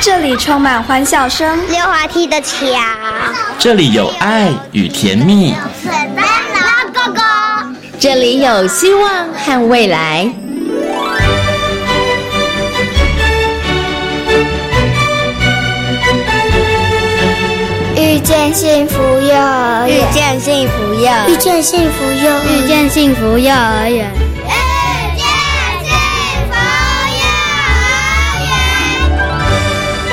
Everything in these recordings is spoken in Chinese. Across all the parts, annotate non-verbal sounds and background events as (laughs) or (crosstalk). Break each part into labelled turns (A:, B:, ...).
A: 这里充满欢笑声，
B: 溜滑梯的桥，
C: 这里有爱与甜蜜，
B: 水灯老哥哥，
D: 这里有希望和未来。
B: 遇见幸福幼儿
E: 遇，见幸福幼儿，
B: 见幸福幼儿
E: 遇见幸福幼儿园。
B: 遇见幸福幼儿园。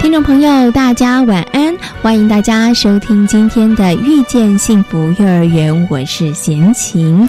F: 听众朋友，大家晚安！欢迎大家收听今天的《遇见幸福幼儿园》，我是贤琴。《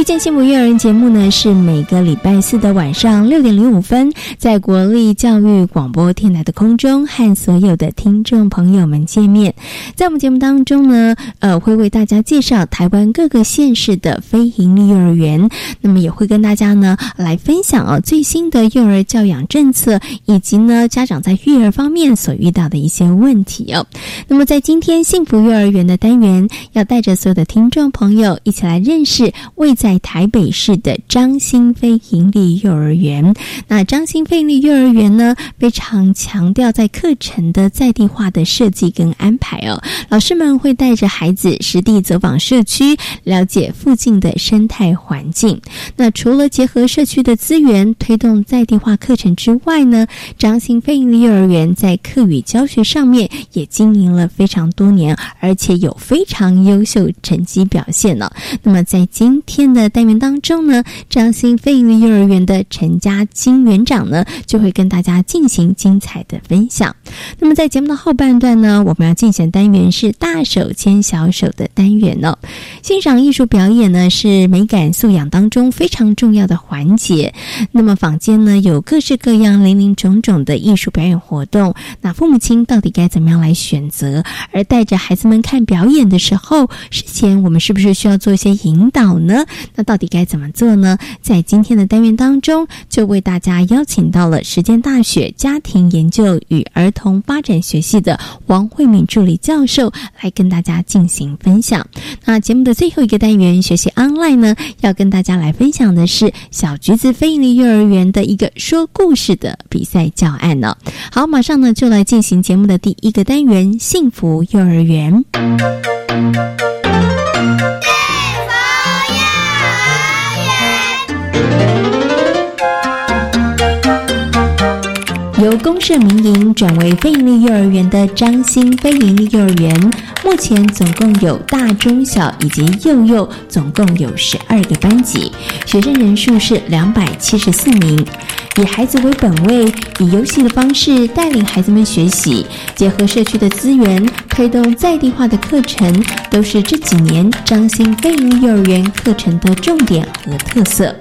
F: 遇见幸福幼儿园》节目呢，是每个礼拜四的晚上六点零五分，在国立教育广播电台的空中和所有的听众朋友们见面。在我们节目当中呢，呃，会为大家介绍台湾各个县市的非营利幼儿园，那么也会跟大家呢来分享哦最新的幼儿教养政策，以及呢家长在育儿方面所遇到的一些问题哦。那么在今天幸福幼儿园的单元，要带着所有的听众朋友一起来认识位在台北市的张新飞盈利幼儿园。那张新飞盈利幼儿园呢，非常强调在课程的在地化的设计跟安排哦。老师们会带着孩子实地走访社区，了解附近的生态环境。那除了结合社区的资源推动在地化课程之外呢，张新飞营利幼儿园在课语教学上面也经营了非常多年，而且有非常优秀成绩表现呢、那么在今天的单元当中呢，张新飞营利幼儿园的陈家金园长呢，就会跟大家进行精彩的分享。那么在节目的后半段呢，我们要进行的单元是“大手牵小手”的单元哦。欣赏艺术表演呢，是美感素养当中非常重要的环节。那么坊间呢，有各式各样、林林种种的艺术表演活动，那父母亲到底该怎么样来选择？而带着孩子们看表演的时候，事前我们是不是需要做一些引导呢？那到底该怎么做呢？在今天的单元当中，就为大家邀请到了实践大学家庭研究与儿童发展学系的王慧敏助理教授来跟大家进行分享。那节目的最后一个单元“学习 online” 呢，要跟大家来分享的是小橘子非营利幼儿园的一个说故事的比赛教案呢、好，马上呢就来进行节目的第一个单元“幸福幼儿园”。由公社民营转为非营利幼儿园的张兴非营利幼儿园，目前总共有大、中小以及幼幼，总共有十二个班级，学生人数是两百七十四名。以孩子为本位，以游戏的方式带领孩子们学习，结合社区的资源，推动在地化的课程，都是这几年张兴非营利幼儿园课程的重点和特色。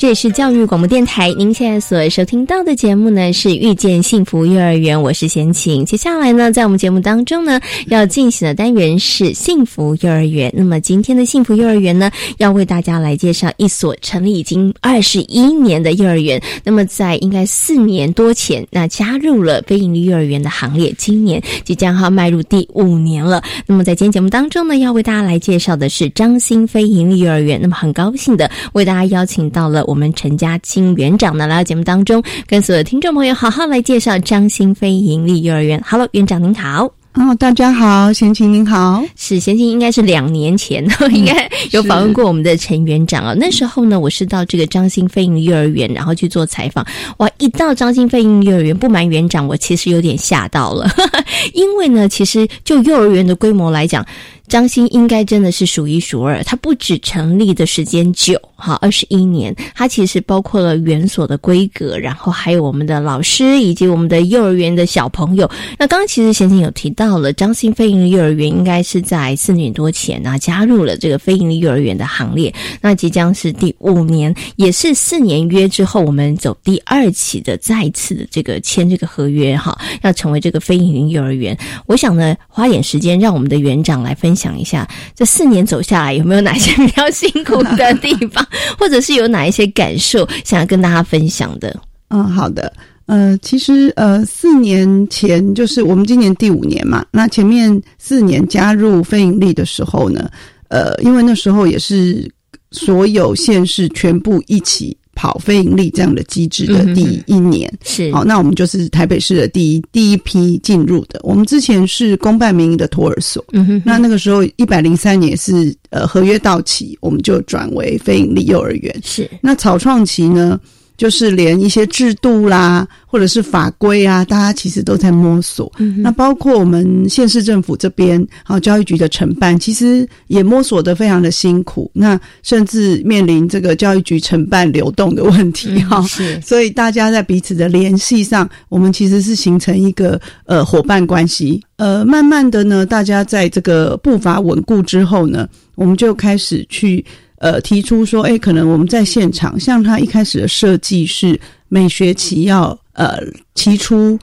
F: 这里是教育广播电台，您现在所收听到的节目呢是《遇见幸福幼儿园》，我是贤琴。接下来呢，在我们节目当中呢，要进行的单元是幸福幼儿园。那么今天的幸福幼儿园呢，要为大家来介绍一所成立已经二十一年的幼儿园。那么在应该四年多前，那加入了非营利幼儿园的行列，今年即将要迈入第五年了。那么在今天节目当中呢，要为大家来介绍的是张新飞盈利幼儿园。那么很高兴的为大家邀请到了我们陈家清园长呢来到节目当中，跟所有听众朋友好好来介绍张新飞盈利幼儿园。Hello，园长您好。
G: 哦，大家好，贤琴您好。
F: 是贤琴应该是两年前， (laughs) 应该有访问过我们的陈园长啊。那时候呢，我是到这个张兴飞营幼儿园，然后去做采访。哇，一到张兴飞营幼儿园，不瞒园长，我其实有点吓到了， (laughs) 因为呢，其实就幼儿园的规模来讲。张兴应该真的是数一数二，它不止成立的时间久，哈，二十一年，它其实包括了园所的规格，然后还有我们的老师以及我们的幼儿园的小朋友。那刚刚其实贤贤有提到了，张兴非营利幼儿园应该是在四年多前啊加入了这个非营利幼儿园的行列，那即将是第五年，也是四年约之后，我们走第二期的再一次的这个签这个合约哈，要成为这个非营利幼儿园。我想呢，花点时间让我们的园长来分享一下，这四年走下来有没有哪些比较辛苦的地方，或者是有哪一些感受想要跟大家分享的？
G: 嗯，好的。呃，其实呃，四年前就是我们今年第五年嘛，那前面四年加入非盈利的时候呢，呃，因为那时候也是所有县市全部一起跑非盈利这样的机制
F: 嗯
G: 的第一年。
F: 是
G: 好，那我们就是台北市的第一第一批进入的。我们之前是公办民营的托儿所，
F: 嗯哼，
G: 那那个时候一百零三年也是呃合约到期，我们就转为非盈利幼儿园。
F: 是
G: 那草创期呢，就是连一些制度啦，或者是法规啊，大家其实都在摸索。那包括我们县市政府这边，还有教育局的承办，其实也摸索的非常的辛苦。那甚至面临这个教育局承办流动的问题哈、
F: 是
G: 所以大家在彼此的联系上，我们其实是形成一个呃伙伴关系。呃，慢慢的呢，大家在这个步伐稳固之后呢，我们就开始去呃提出说，哎，可能我们在现场，像他一开始的设计是每学期要呃提出。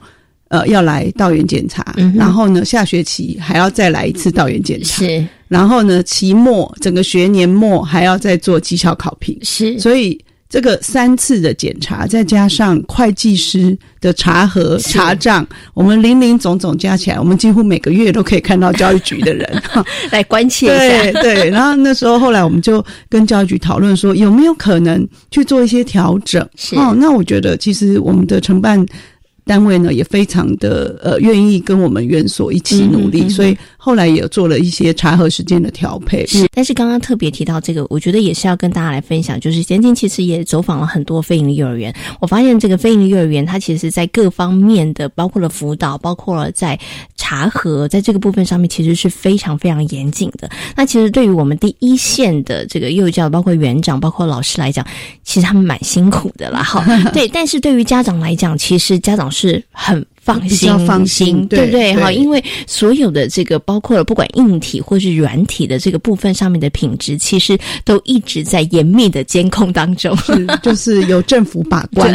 G: 呃，要来到园检查，
F: 嗯哼
G: 然后呢，下学期还要再来一次到园检查，
F: 是
G: 然后呢，期末整个学年末还要再做绩效考评，
F: 是
G: 所以这个三次的检查，再加上会计师的查核、
F: 嗯是
G: 查账，我们零零总总加起来，我们几乎每个月都可以看到教育局
F: (laughs)
G: 的人。
F: 来关切一下，
G: 对对，然后那时候后来我们就跟教育局讨论说，有没有可能去做一些调整？
F: 是
G: 哦，那我觉得其实我们的承办单位呢也非常的呃愿意跟我们园所一起努力，
F: 嗯嗯嗯
G: 所以后来也做了一些查核时间的调配。
F: 是，但是刚刚特别提到这个，我觉得也是要跟大家来分享，就是简简其实也走访了很多非营利幼儿园，我发现这个非营利幼儿园它其实在各方面的，包括了辅导，包括了在查核，在这个部分上面其实是非常非常严谨的。那其实对于我们第一线的这个幼教，包括园长、包括老师来讲，其实他们蛮辛苦的
G: (laughs)
F: 啦，哈。对，但是对于家长来讲，其实家长是很。放
G: 比
F: 心
G: 较，放心
F: 对不
G: 对
F: 对？哈，
G: 对
F: 因为所有的这个，包括了不管硬体或是软体的这个部分上面的品质，其实都一直在严密的监控当中。
G: 是就是由政府把
F: (laughs)
G: 关，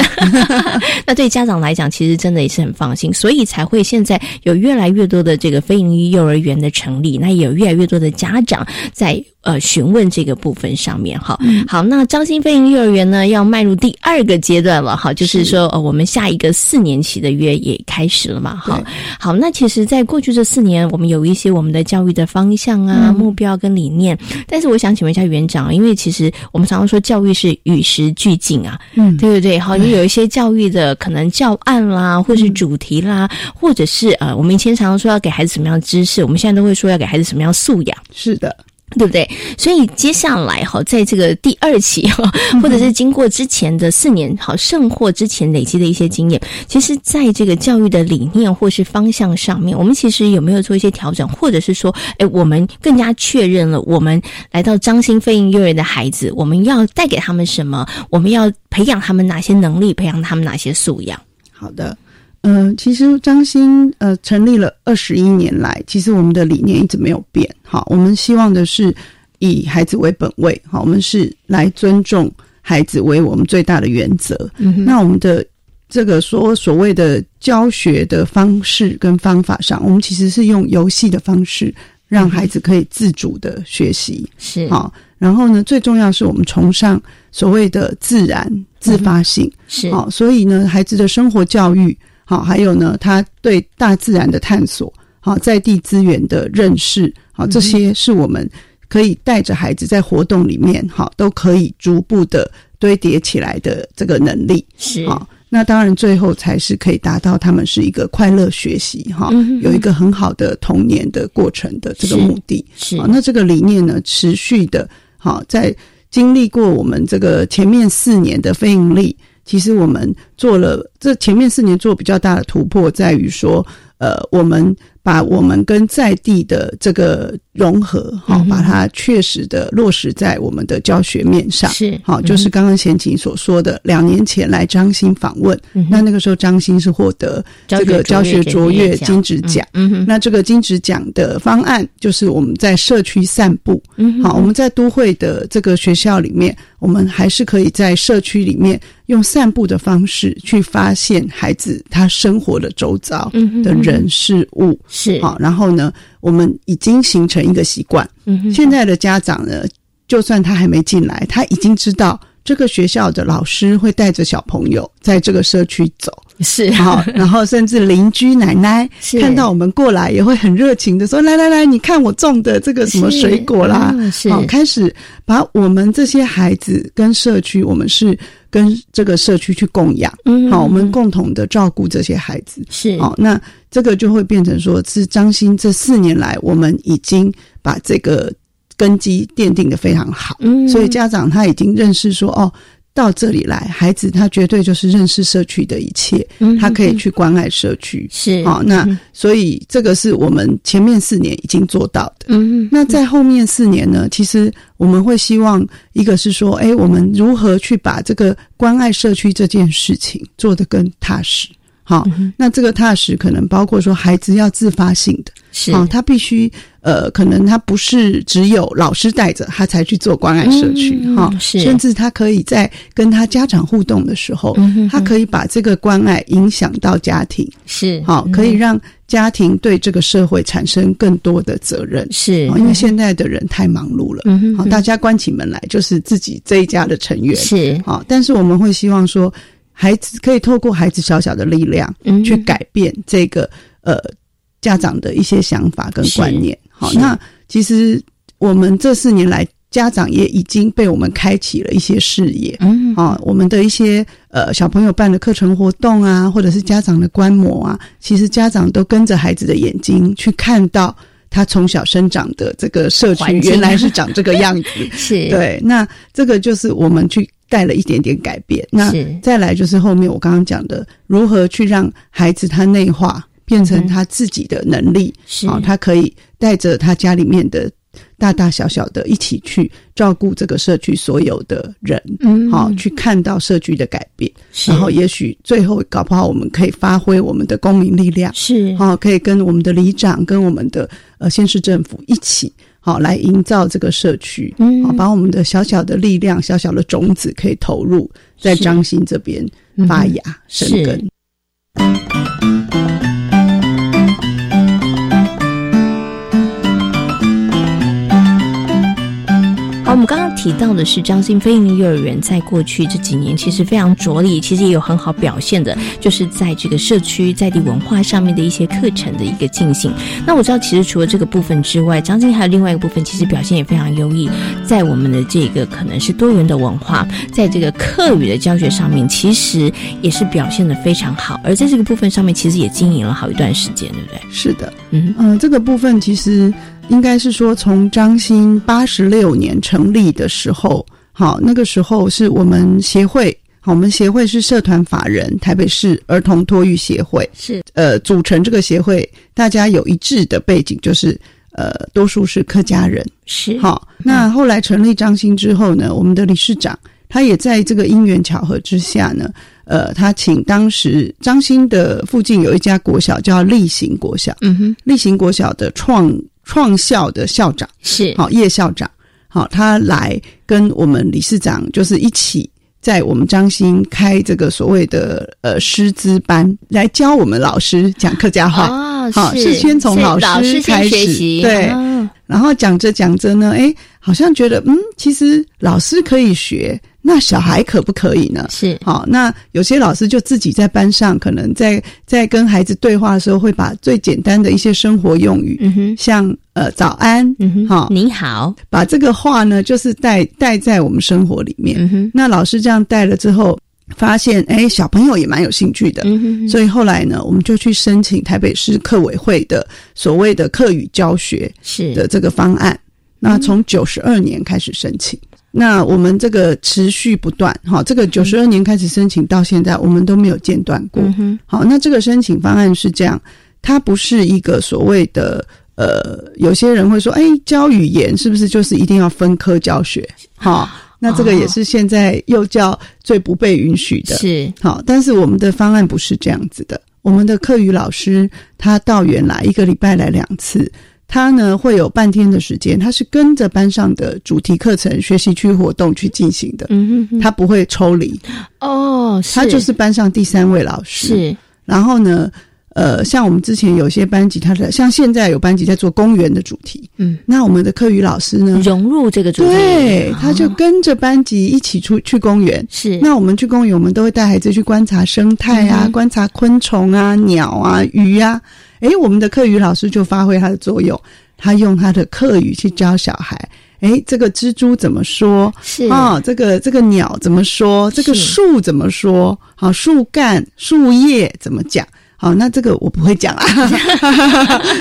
F: 那对家长来讲，其实真的也是很放心，所以才会现在有越来越多的这个非营利幼儿园的成立，那也有越来越多的家长在呃询问这个部分上面哈。好，那张新飞营幼儿园呢，要迈入第二个阶段了哈，就是说呃，我们下一个四年期的约也开始了嘛哈
G: 对。
F: 好，那其实，在过去这四年，我们有一些我们的教育的方向啊、目标跟理念，但是我想请问一下园长，啊因为其实我们常常说教育是与时俱进啊，
G: 嗯
F: 对不对？好，你有一些教育的可能教案啦，或是主题啦，或者是呃，我们以前常常说要给孩子什么样的知识，我们现在都会说要给孩子什么样的素养，
G: 是的。
F: 对不对？所以接下来哈，在这个第二期 (laughs)
G: 嗯
F: 哈，或者是经过之前的四年好胜或之前累积的一些经验，其实在这个教育的理念或是方向上面，我们其实有没有做一些调整，或者是说，哎，我们更加确认了我们来到张新飞营幼儿园的孩子，我们要带给他们什么？我们要培养他们哪些能力？培养他们哪些素养？
G: 好的，呃，其实张兴呃成立了二十一年来，其实我们的理念一直没有变。好，我们希望的是以孩子为本位，好，我们是来尊重孩子为我们最大的原则。
F: 嗯
G: 那我们的这个所所谓的教学的方式跟方法上，我们其实是用游戏的方式，让孩子可以自主的学习。
F: 是
G: 好、然后呢，最重要是我们崇尚所谓的自然自发性。
F: 是
G: 好、所以呢，孩子的生活教育，好、还有呢，他对大自然的探索，好、在地资源的认识，
F: 嗯
G: 好、这些是我们可以带着孩子在活动里面，好、都可以逐步的堆叠起来的这个能力，
F: 是
G: 好、那当然，最后才是可以达到他们是一个快乐学习哈、
F: 嗯嗯
G: 有一个很好的童年的过程的这个
F: 是
G: 目的。
F: 是
G: 好，那这个理念呢，持续的，好，在经历过我们这个前面四年的非盈利，其实我们做了这前面四年做比较大的突破，在于说，呃，我们把我们跟在地的这个融合，好、
F: 嗯哼
G: 把它确实的落实在我们的教学面上。
F: 是嗯
G: 好，就是刚刚贤琴所说的，两年前来张兴访问，
F: 嗯哼
G: 那那个时候张兴是获得这个教学卓越金质奖，
F: 嗯哼，
G: 那这个金质奖的方案就是我们在社区散步，
F: 嗯哼
G: 好，我们在都会的这个学校里面，我们还是可以在社区里面用散步的方式去发现孩子他生活的周遭
F: 嗯
G: 的人事物，
F: 是
G: 好，然后呢，我们已经形成一个习惯，
F: 嗯哼
G: 现在的家长呢，就算他还没进来，他已经知道这个学校的老师会带着小朋友在这个社区走，
D: 是
F: (laughs)
G: 好，然后甚至邻居奶奶
D: 是
G: 看到我们过来，也会很热情的说：“来来来，你看我种的这个什么水果啦。哦
D: 嗯是
G: 好，开始把我们这些孩子跟社区，我们是跟这个社区去供养，
D: 嗯
G: 哦好，我们哦共同的照顾这些孩子。
D: 是
G: 好，那这个就会变成说是张欣这四年来，我们已经把这个根基奠定的非常好。
D: 嗯
G: 所以家长他已经认识说，哦，到这里来，孩子他绝对就是认识社区的一切，
D: 嗯
G: 他可以去关爱社区。
D: 是
G: 好、那所以这个是我们前面四年已经做到的。
D: 嗯
G: 那在后面四年呢，其实我们会希望一个是说，哎，我们如何去把这个关爱社区这件事情做得更踏实。好、
D: 嗯
G: 那这个踏实可能包括说孩子要自发性的，
D: 是
G: 哦，他必须呃，可能他不是只有老师带着他才去做关爱社区
D: 嗯
G: 哈、
D: 是
G: 甚至他可以在跟他家长互动的时候，
D: 嗯哼
G: 他可以把这个关爱影响到家庭，
D: 是嗯
G: 好、哦可以让家庭对这个社会产生更多的责任。
D: 嗯是
G: 哦因为现在的人太忙碌了，
D: 嗯哼
G: 好、大家关起门来就是自己这一家的成员，
D: 是
G: 好、但是我们会希望说，孩子可以透过孩子小小的力量，
D: 嗯
G: 去改变这个呃家长的一些想法跟观念。好，那其实我们这四年来，家长也已经被我们开启了一些视野。
D: 嗯
G: 啊、我们的一些呃小朋友办的课程活动啊，或者是家长的观摩啊，其实家长都跟着孩子的眼睛去看到他从小生长的这个社区
D: 环境
G: 原来是长这个样
D: (laughs)
G: 子。
D: 是
G: 对，那这个就是我们去带了一点点改变。那
D: 是
G: 再来就是后面我刚刚讲的，如何去让孩子他内化，变成他自己的能力，
D: 是
G: 啊、他可以带着他家里面的大大小小的一起去照顾这个社区所有的人，
D: 嗯
G: 好、去看到社区的改变，
D: 是
G: 哦然后也许最后搞不好我们可以发挥我们的公民力量，
D: 是
G: 好、可以跟我们的里长、跟我们的呃县市政府一起，好、来营造这个社区，
D: 嗯
G: 好、把我们的小小的力量、小小的种子可以投入在
D: 是嗯
G: 张兴这边发芽、生根
D: 是。好，我们刚刚提到的是张兴飞鹰幼儿园在过去这几年其实非常着力，其实也有很好表现的，就是在这个社区在地文化上面的一些课程的一个进行。那我知道，其实除了这个部分之外，张兴还有另外一个部分，其实表现也非常优异，在我们的这个可能是多元的文化，在这个课语的教学上面，其实也是表现的非常好，而在这个部分上面，其实也经营了好一段时间，对不对？
G: 是的，
D: 嗯
G: 呃，这个部分其实应该是说，从张兴八十六年成立的时候，好，那个时候是我们协会，好，我们协会是社团法人台北市儿童托育协会，
D: 是
G: 呃，组成这个协会，大家有一致的背景，就是呃，多数是客家人。
D: 是，
G: 好，那后来成立张兴之后呢，我们的理事长他也在这个因缘巧合之下呢，呃，他请当时张兴的附近有一家国小叫立行国小，
D: 嗯哼，
G: 立行国小的创创校的校长，
D: 是
G: 好叶校长，好他来跟我们理事长就是一起在我们张兴开这个所谓的呃师资班，来教我们老师讲客家话。
F: 啊
D: 哦，
G: 好
D: 是
G: 是先从
D: 所以
G: 老师
D: 老师先
G: 开
D: 学
G: 始
D: 习，
G: 对
D: 哦
F: 啊
G: 然后讲着讲着呢，哎，好像觉得嗯，其实老师可以学，那小孩可不可以呢？
D: 是
G: 好，那有些老师就自己在班上，可能在在跟孩子对话的时候，会把最简单的一些生活用语，
D: 嗯哼，
G: 像呃早安，
D: 嗯哼，
G: 好
D: 你好，
G: 把这个话呢，就是带带在我们生活里面。
D: 嗯哼，
G: 那老师这样带了之后，发现哎，小朋友也蛮有兴趣的。
D: 嗯哼，
G: 所以后来呢，我们就去申请台北市客委会的所谓的客语教学
D: 是
G: 的这个方案。那
D: 嗯
G: 从九十二年开始申请，那我们这个持续不断，哈，这个九十二年开始申请到现在，我们都没有间断过。
D: 嗯哼，
G: 好，那这个申请方案是这样，它不是一个所谓的呃，有些人会说，哎，教语言是不是就是一定要分科教学？好、那这个也是现在幼教最不被允许的。
D: 是
G: 好，但是我们的方案不是这样子的。我们的课余老师他到园来一个礼拜来两次，他呢会有半天的时间，他是跟着班上的主题课程、学习区活动去进行的，
D: 嗯哼，
G: 他不会抽离，
D: 哦，
G: 他就是班上第三位老师。
D: 是
G: 然后呢，呃，像我们之前有些班级，它的像现在有班级在做公园的主题，
F: 嗯，
G: 那我们的课余老师呢，
F: 融入这个主题，
G: 嗯对
F: 哦，
G: 他就跟着班级一起出去公园。
F: 是
G: 那我们去公园，我们都会带孩子去观察生态
F: 嗯
G: 啊，观察昆虫啊、鸟啊、鱼啊。诶，我们的课余老师就发挥他的作用，他用他的课语去教小孩。诶，这个蜘蛛怎么说？
F: 是
G: 啊、这个这个鸟怎么说？这个
F: 是
G: 树怎么说？好，树干、树叶怎么讲？好，那这个我不会讲
F: (laughs)
G: 啦。 (laughs)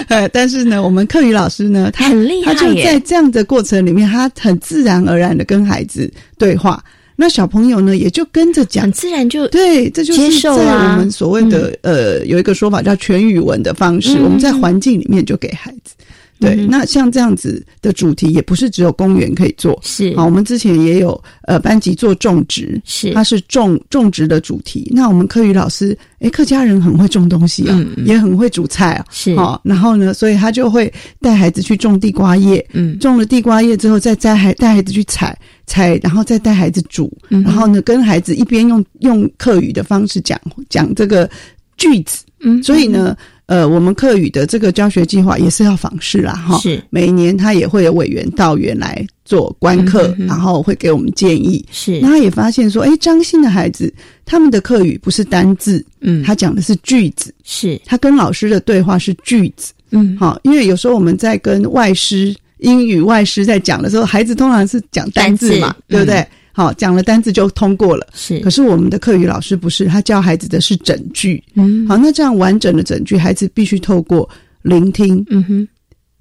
G: 呃，但是呢，我们课余老师呢，他
F: 很厉害
G: 他就
F: 耶
G: 在这样的过程里面，他很自然而然的跟孩子对话。那小朋友呢，也就跟着讲
F: 很。自然就
G: 对，这就
F: 接
G: 是在
F: 受啊
G: 我们所谓的、呃，有一个说法叫全语文的方式。
F: 嗯
G: 我们在环境里面就给孩子。对，
F: 嗯
G: 那像这样子的主题，也不是只有公园可以做。
F: 是
G: 好，我们之前也有呃班级做种植，
F: 是
G: 它是种种植的主题。那我们科语老师，诶，客家人很会种东西啊，
F: 嗯嗯
G: 也很会煮菜啊。
F: 是
G: 好、然后呢，所以他就会带孩子去种地瓜叶，
F: 嗯
G: 种了地瓜叶之后，再带孩带孩子去采采，然后再带孩子煮，
F: 嗯哼
G: 然后呢，跟孩子一边用用客语的方式讲讲这个句子，
F: 嗯，
G: 所以呢，呃，我们课语的这个教学计划也是要访视啦，哈。
F: 是
G: 每年他也会有委员到园来做观课，
F: 嗯哼哼
G: 然后会给我们建议。
F: 是
G: 那他也发现说，诶，张姓的孩子他们的课语不是单字，
F: 嗯
G: 他讲的是句子，
F: 是
G: 他跟老师的对话是句子。
F: 嗯
G: 哈，因为有时候我们在跟外师英语外师在讲的时候，孩子通常是讲单字嘛，
F: 单字
G: 对不对？嗯
F: 嗯
G: 好，讲了单字就通过了。
F: 是
G: 可是我们的课语老师不是，他教孩子的是整句。
F: 嗯
G: 好，那这样完整的整句，孩子必须透过聆听，
F: 嗯哼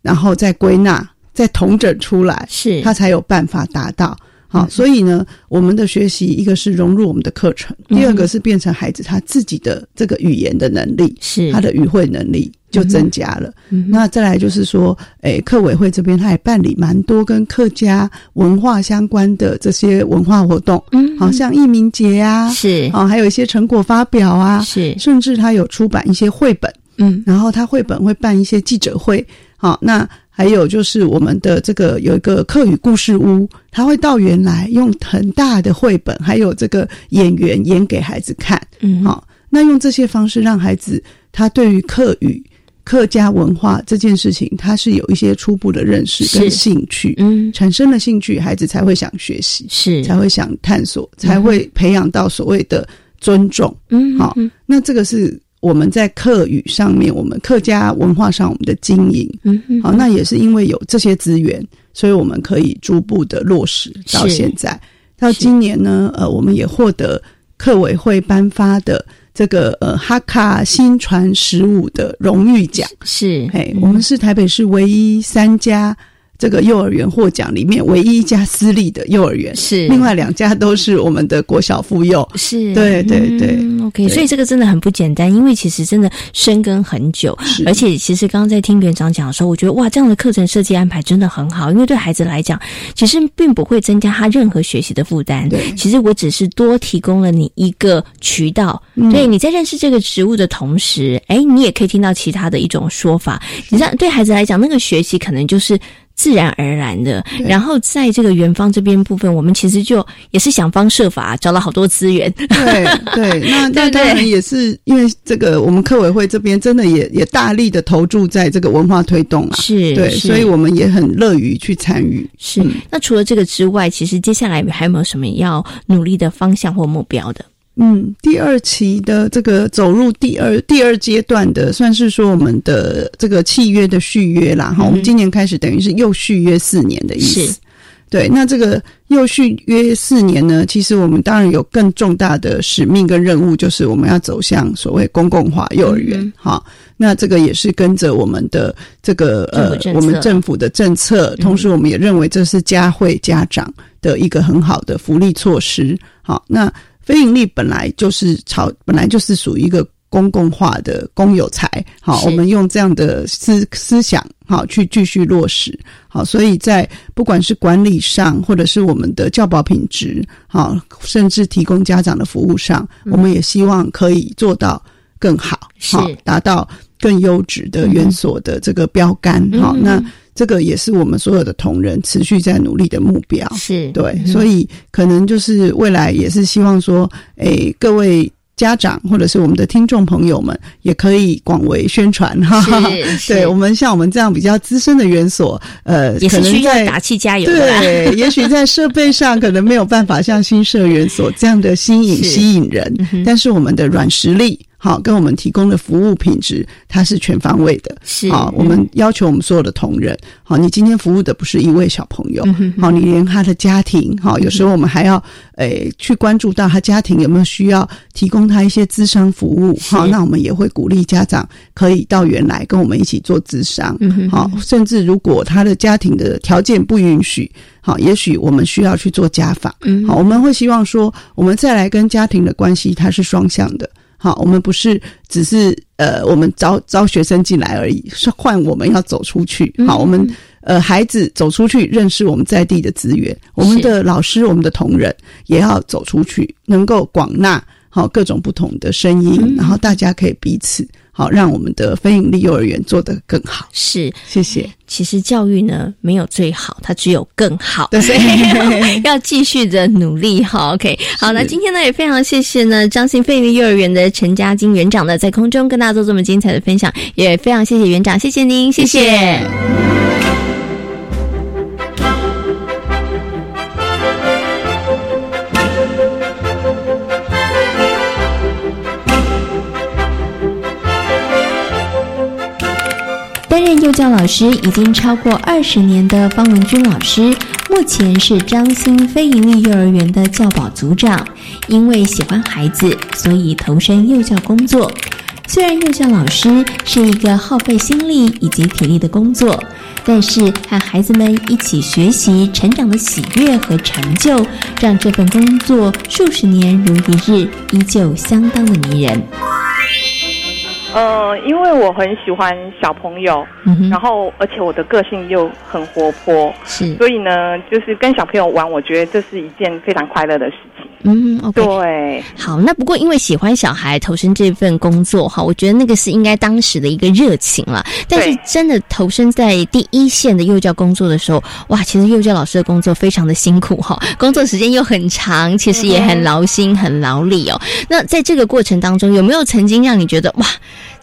G: 然后再归纳，再统整出来，
F: 是
G: 他才有办法达到。好，所以呢，我们的学习一个是融入我们的课程，第二个是变成孩子他自己的这个语言的能力，
F: 是
G: 他的语汇能力就增加了。
F: 嗯哼
G: 那再来就是说，诶，客委会这边他也办理蛮多跟客家文化相关的这些文化活动，
F: 嗯
G: 好像艺名节啊，
F: 是
G: 哦，还有一些成果发表啊，
F: 是
G: 甚至他有出版一些绘本，
F: 嗯
G: 然后他绘本会办一些记者会。好，那还有就是我们的这个有一个客语故事屋，他会到原来用很大的绘本，还有这个演员演给孩子看。
F: 嗯
G: 好，那用这些方式让孩子他对于客语、客家文化这件事情，他是有一些初步的认识
F: 是
G: 跟兴趣。
F: 嗯
G: 产生了兴趣，孩子才会想学习，
F: 是
G: 才会想探索，才会培养到所谓的尊重。
F: 嗯
G: 好
F: 嗯
G: 那这个是我们在客语上面，我们客家文化上我们的经营。
F: 嗯嗯
G: 好，那也是因为有这些资源，所以我们可以逐步的落实到
F: 是
G: 现在。到
F: 是
G: 今年呢，呃，我们也获得客委会颁发的这个呃哈卡新传十五的荣誉奖。
F: 是
G: 哎，
F: 嗯
G: 我们是台北市唯一三家这个幼儿园获奖里面唯一一家私立的幼儿园，
F: 是
G: 另外两家都是我们的国小妇幼。
F: 是
G: 对对对
F: 嗯，OK，
G: 对
F: 所以这个真的很不简单，因为其实真的深耕很久，
G: 是
F: 而且其实刚刚在听园长讲的时候，我觉得哇，这样的课程设计安排真的很好，因为对孩子来讲，其实并不会增加他任何学习的负担。
G: 对
F: 其实我只是多提供了你一个渠道，
G: 嗯
F: 对你在认识这个植物的同时，哎，你也可以听到其他的一种说法。你知道，对孩子来讲，那个学习可能就是。自然而然的，
G: 对
F: 然后在这个园方这边部分，我们其实就也是想方设法找了好多资源，
G: 对对，
F: (laughs) 对
G: 那那
F: 不对
G: 当然也是因为这个，我们客委会这边真的也也大力的投注在这个文化推动啊，
F: 是，
G: 对，
F: 是
G: 所以我们也很乐于去参与。
F: 是。那除了这个之外，其实接下来还有没有什么要努力的方向或目标的？
G: 嗯，第二期的这个走入第二第二阶段的，算是说我们的这个契约的续约啦，哈、我们今年开始等于是又续约四年的意
F: 嗯是
G: 思。对，那这个又续约四年呢，其实我们当然有更重大的使命跟任务，就是我们要走向所谓公共化幼儿
F: 嗯
G: 园。哈、那这个也是跟着我们的这个呃
F: 政府政策嗯
G: 我们政府的政策，同时我们也认为这是家会家长的一个很好的福利措施。好，那非盈利本来就是朝本来就是属于一个公共化的公有财，好，
F: 是
G: 我们用这样的思思想，好去继续落实，好，所以在不管是管理上，或者是我们的教保品质，好，甚至提供家长的服务上，我们也希望可以做到更好，
F: 嗯是嗯
G: 好达到更优质的园所的这个标杆，好，那这个也是我们所有的同仁持续在努力的目标，
F: 是嗯
G: 对，所以可能就是未来也是希望说，诶，各位家长或者是我们的听众朋友们也可以广为宣传哈哈。 (laughs)
F: 是是
G: 对我们像我们这样比较资深的园所，呃，
F: 也
G: 可
F: 是
G: 能
F: 需要
G: 在
F: 打气加油的啦。
G: 对，也许在设备上可能没有办法像新社员所这样的新颖
F: (laughs) 是嗯
G: 吸引人，但是我们的软实力。好，跟我们提供的服务品质，它是全方位的。
F: 是嗯
G: 好，我们要求我们所有的同仁，好，你今天服务的不是一位小朋友，好，你连他的家庭，好，有时候我们还要诶、去关注到他家庭有没有需要提供他一些咨商服务，好，那我们也会鼓励家长可以到原来跟我们一起做咨商，
F: 嗯
G: 好，甚至如果他的家庭的条件不允许，好，也许我们需要去做家访，好，我们会希望说，我们再来跟家庭的关系它是双向的。好，我们不是只是呃，我们招招学生进来而已，是换我们要走出去。好，我们呃孩子走出去，认识我们在地的资源，我们的老师、我们的同仁也要走出去，能够广纳好各种不同的声音，然后大家可以彼此好，让我们的非营利幼儿园做得更好。
F: 是，
G: 谢谢。
F: 其实教育呢没有最好，它只有更好。
G: 对
F: 所以 (laughs) 要继续的努力哈。OK，好，那今天呢也非常谢谢呢张信费云幼儿园的陈嘉金园长呢在空中跟大家做这么精彩的分享，也非常谢谢园长，谢谢您，谢谢
B: 担任幼教老师已经超过二十年的方文君老师，目前是张兴非营利幼儿园的教保组长。因为喜欢孩子，所以投身幼教工作。虽然幼教老师是一个耗费心力以及体力的工作，但是和孩子们一起学习成长的喜悦和成就，让这份工作数十年如一日，依旧相当的迷人。
H: 呃，因为我很喜欢小朋友，
B: 嗯哼，
H: 然后而且我的个性又很活泼，
B: 是，
H: 所以呢，就是跟小朋友玩，我觉得这是一件非常快乐的事情。
B: 嗯，OK，
H: 对，
F: 好，那不过因为喜欢小孩，投身这份工作哈，我觉得那个是应该当时的一个热情了。但是
H: 对
F: 真的投身在第一线的幼教工作的时候，哇，其实幼教老师的工作非常的辛苦哈，工作时间又很长，其实也很劳心、很劳力哦。那在这个过程当中，有没有曾经让你觉得哇，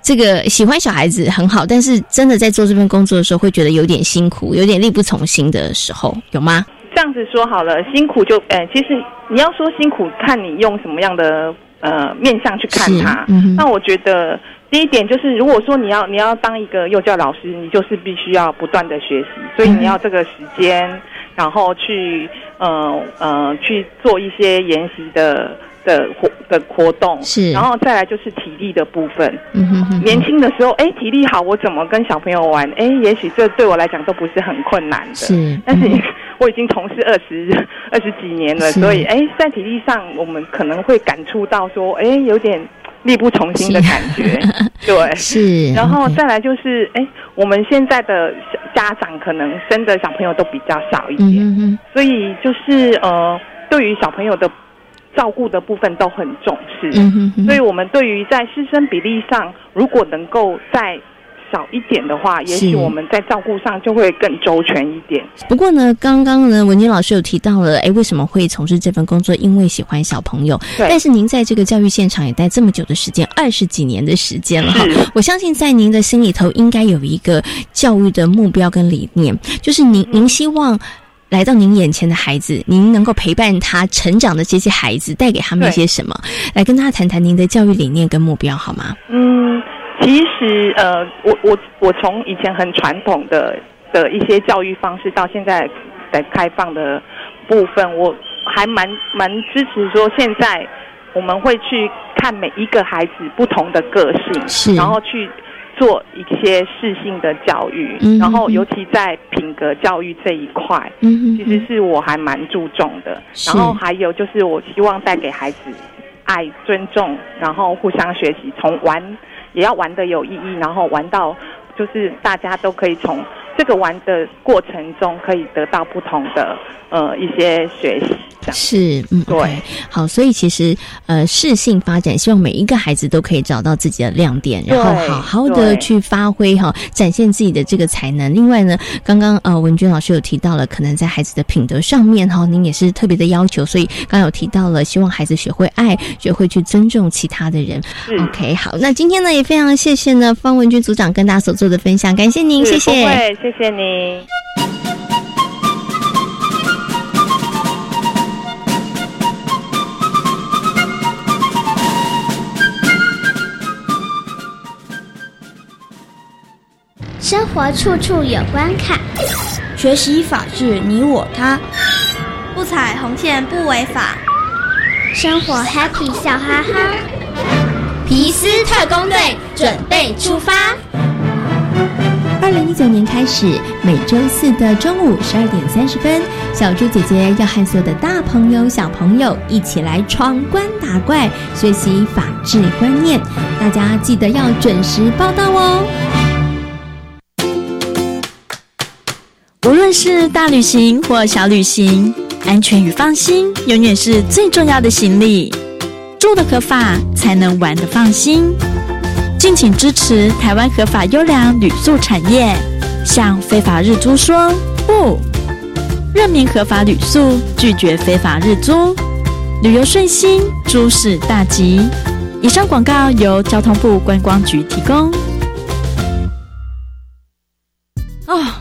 F: 这个喜欢小孩子很好，但是真的在做这份工作的时候，会觉得有点辛苦，有点力不从心的时候，有吗？
H: 这样子说好了，辛苦就，哎、其实你要说辛苦，看你用什么样的呃面向去看
F: 是
H: 它。
F: 嗯哼
H: 那我觉得第一点就是，如果说你要你要当一个幼教老师，你就是必须要不断的学习，所以你要这个时间，然后去呃呃去做一些研习的。的活的活动
F: 是
H: 然后再来就是体力的部分。
F: 嗯哼哼，
H: 年轻的时候，哎，体力好，我怎么跟小朋友玩？哎，也许这对我来讲都不是很困难的。
F: 是，
H: 但是
F: 嗯
H: 你我已经从事二十二十几年了，
F: 是
H: 所以哎，在体力上我们可能会感触到说，哎，有点力不从心的
F: 是
H: 感觉，
F: (laughs)
H: 对。
F: 是，嗯
H: 然后
F: OK
H: 再来就是，哎，我们现在的小家长可能生的小朋友都比较少一点，
F: 嗯哼哼，
H: 所以就是呃，对于小朋友的照顾的部分都很重视。
F: 嗯哼哼，
H: 所以我们对于在师生比例上，如果能够再少一点的话，也许
F: 是
H: 我们在照顾上就会更周全一点。
F: 不过呢，刚刚呢，文娟老师有提到了，哎，为什么会从事这份工作？因为喜欢小朋友。
H: 对
F: 但是您在这个教育现场也待这么久的时间，二十几年的时间了哈。我相信在您的心里头应该有一个教育的目标跟理念，就是您
H: 嗯
F: 您希望。来到您眼前的孩子，您能够陪伴他成长的这些孩子，带给他们一
H: 对
F: 些什么？来跟他谈谈您的教育理念跟目标好吗？
H: 嗯，其实呃，我我我从以前很传统的的一些教育方式，到现在的开放的部分，我还蛮蛮支持说，现在我们会去看每一个孩子不同的个性，
F: 是
H: 然后去做一些适性的教育，
F: 嗯
H: 然后
F: 嗯
H: 尤其在品格教育这一块，
F: 嗯
H: 其实是我还蛮注重的。
F: 是
H: 然后还有就是，我希望带给孩子爱、尊重，然后互相学习，从玩也要玩的有意义，然后玩到就是大家都可以从这个玩的过程中可以得到不同的呃一些学习。这样。
F: 是，嗯，
H: 对
F: OK 好，所以其实呃，适性发展，希望每一个孩子都可以找到自己的亮点，然后
H: 对
F: 好好的
H: 对
F: 去发挥哈、展现自己的这个才能。另外呢，刚刚呃，文娟老师有提到了，可能在孩子的品德上面哈、您也是特别的要求，所以刚刚有提到了，希望孩子学会爱，学会去尊重其他的人。
H: 是
F: OK，好，那今天呢也非常谢谢呢方文娟组长跟大家所做的分享，感谢您，
H: 是
F: 谢
H: 不
F: 谢。
H: 会，谢谢您。
I: 生活处处有关卡，
J: 学习法治你我他，
K: 不踩红线不违法。
I: 生活 happy 笑哈哈。
J: 皮斯特工队准备出发。
L: 二零一九年开始，每周四的中午十二点三十分，小猪姐姐要和所有的大朋友、小朋友一起来闯关打怪，学习法治观念。大家记得要准时报到哦。
M: 无论是大旅行或小旅行，安全与放心永远是最重要的行李。住的合法，才能玩的放心。敬请支持台湾合法优良旅宿产业，向非法日租说不。任免合法旅宿，拒绝非法日租，旅游顺心，诸事大吉。以上广告由交通部观光局提供。
N: 啊、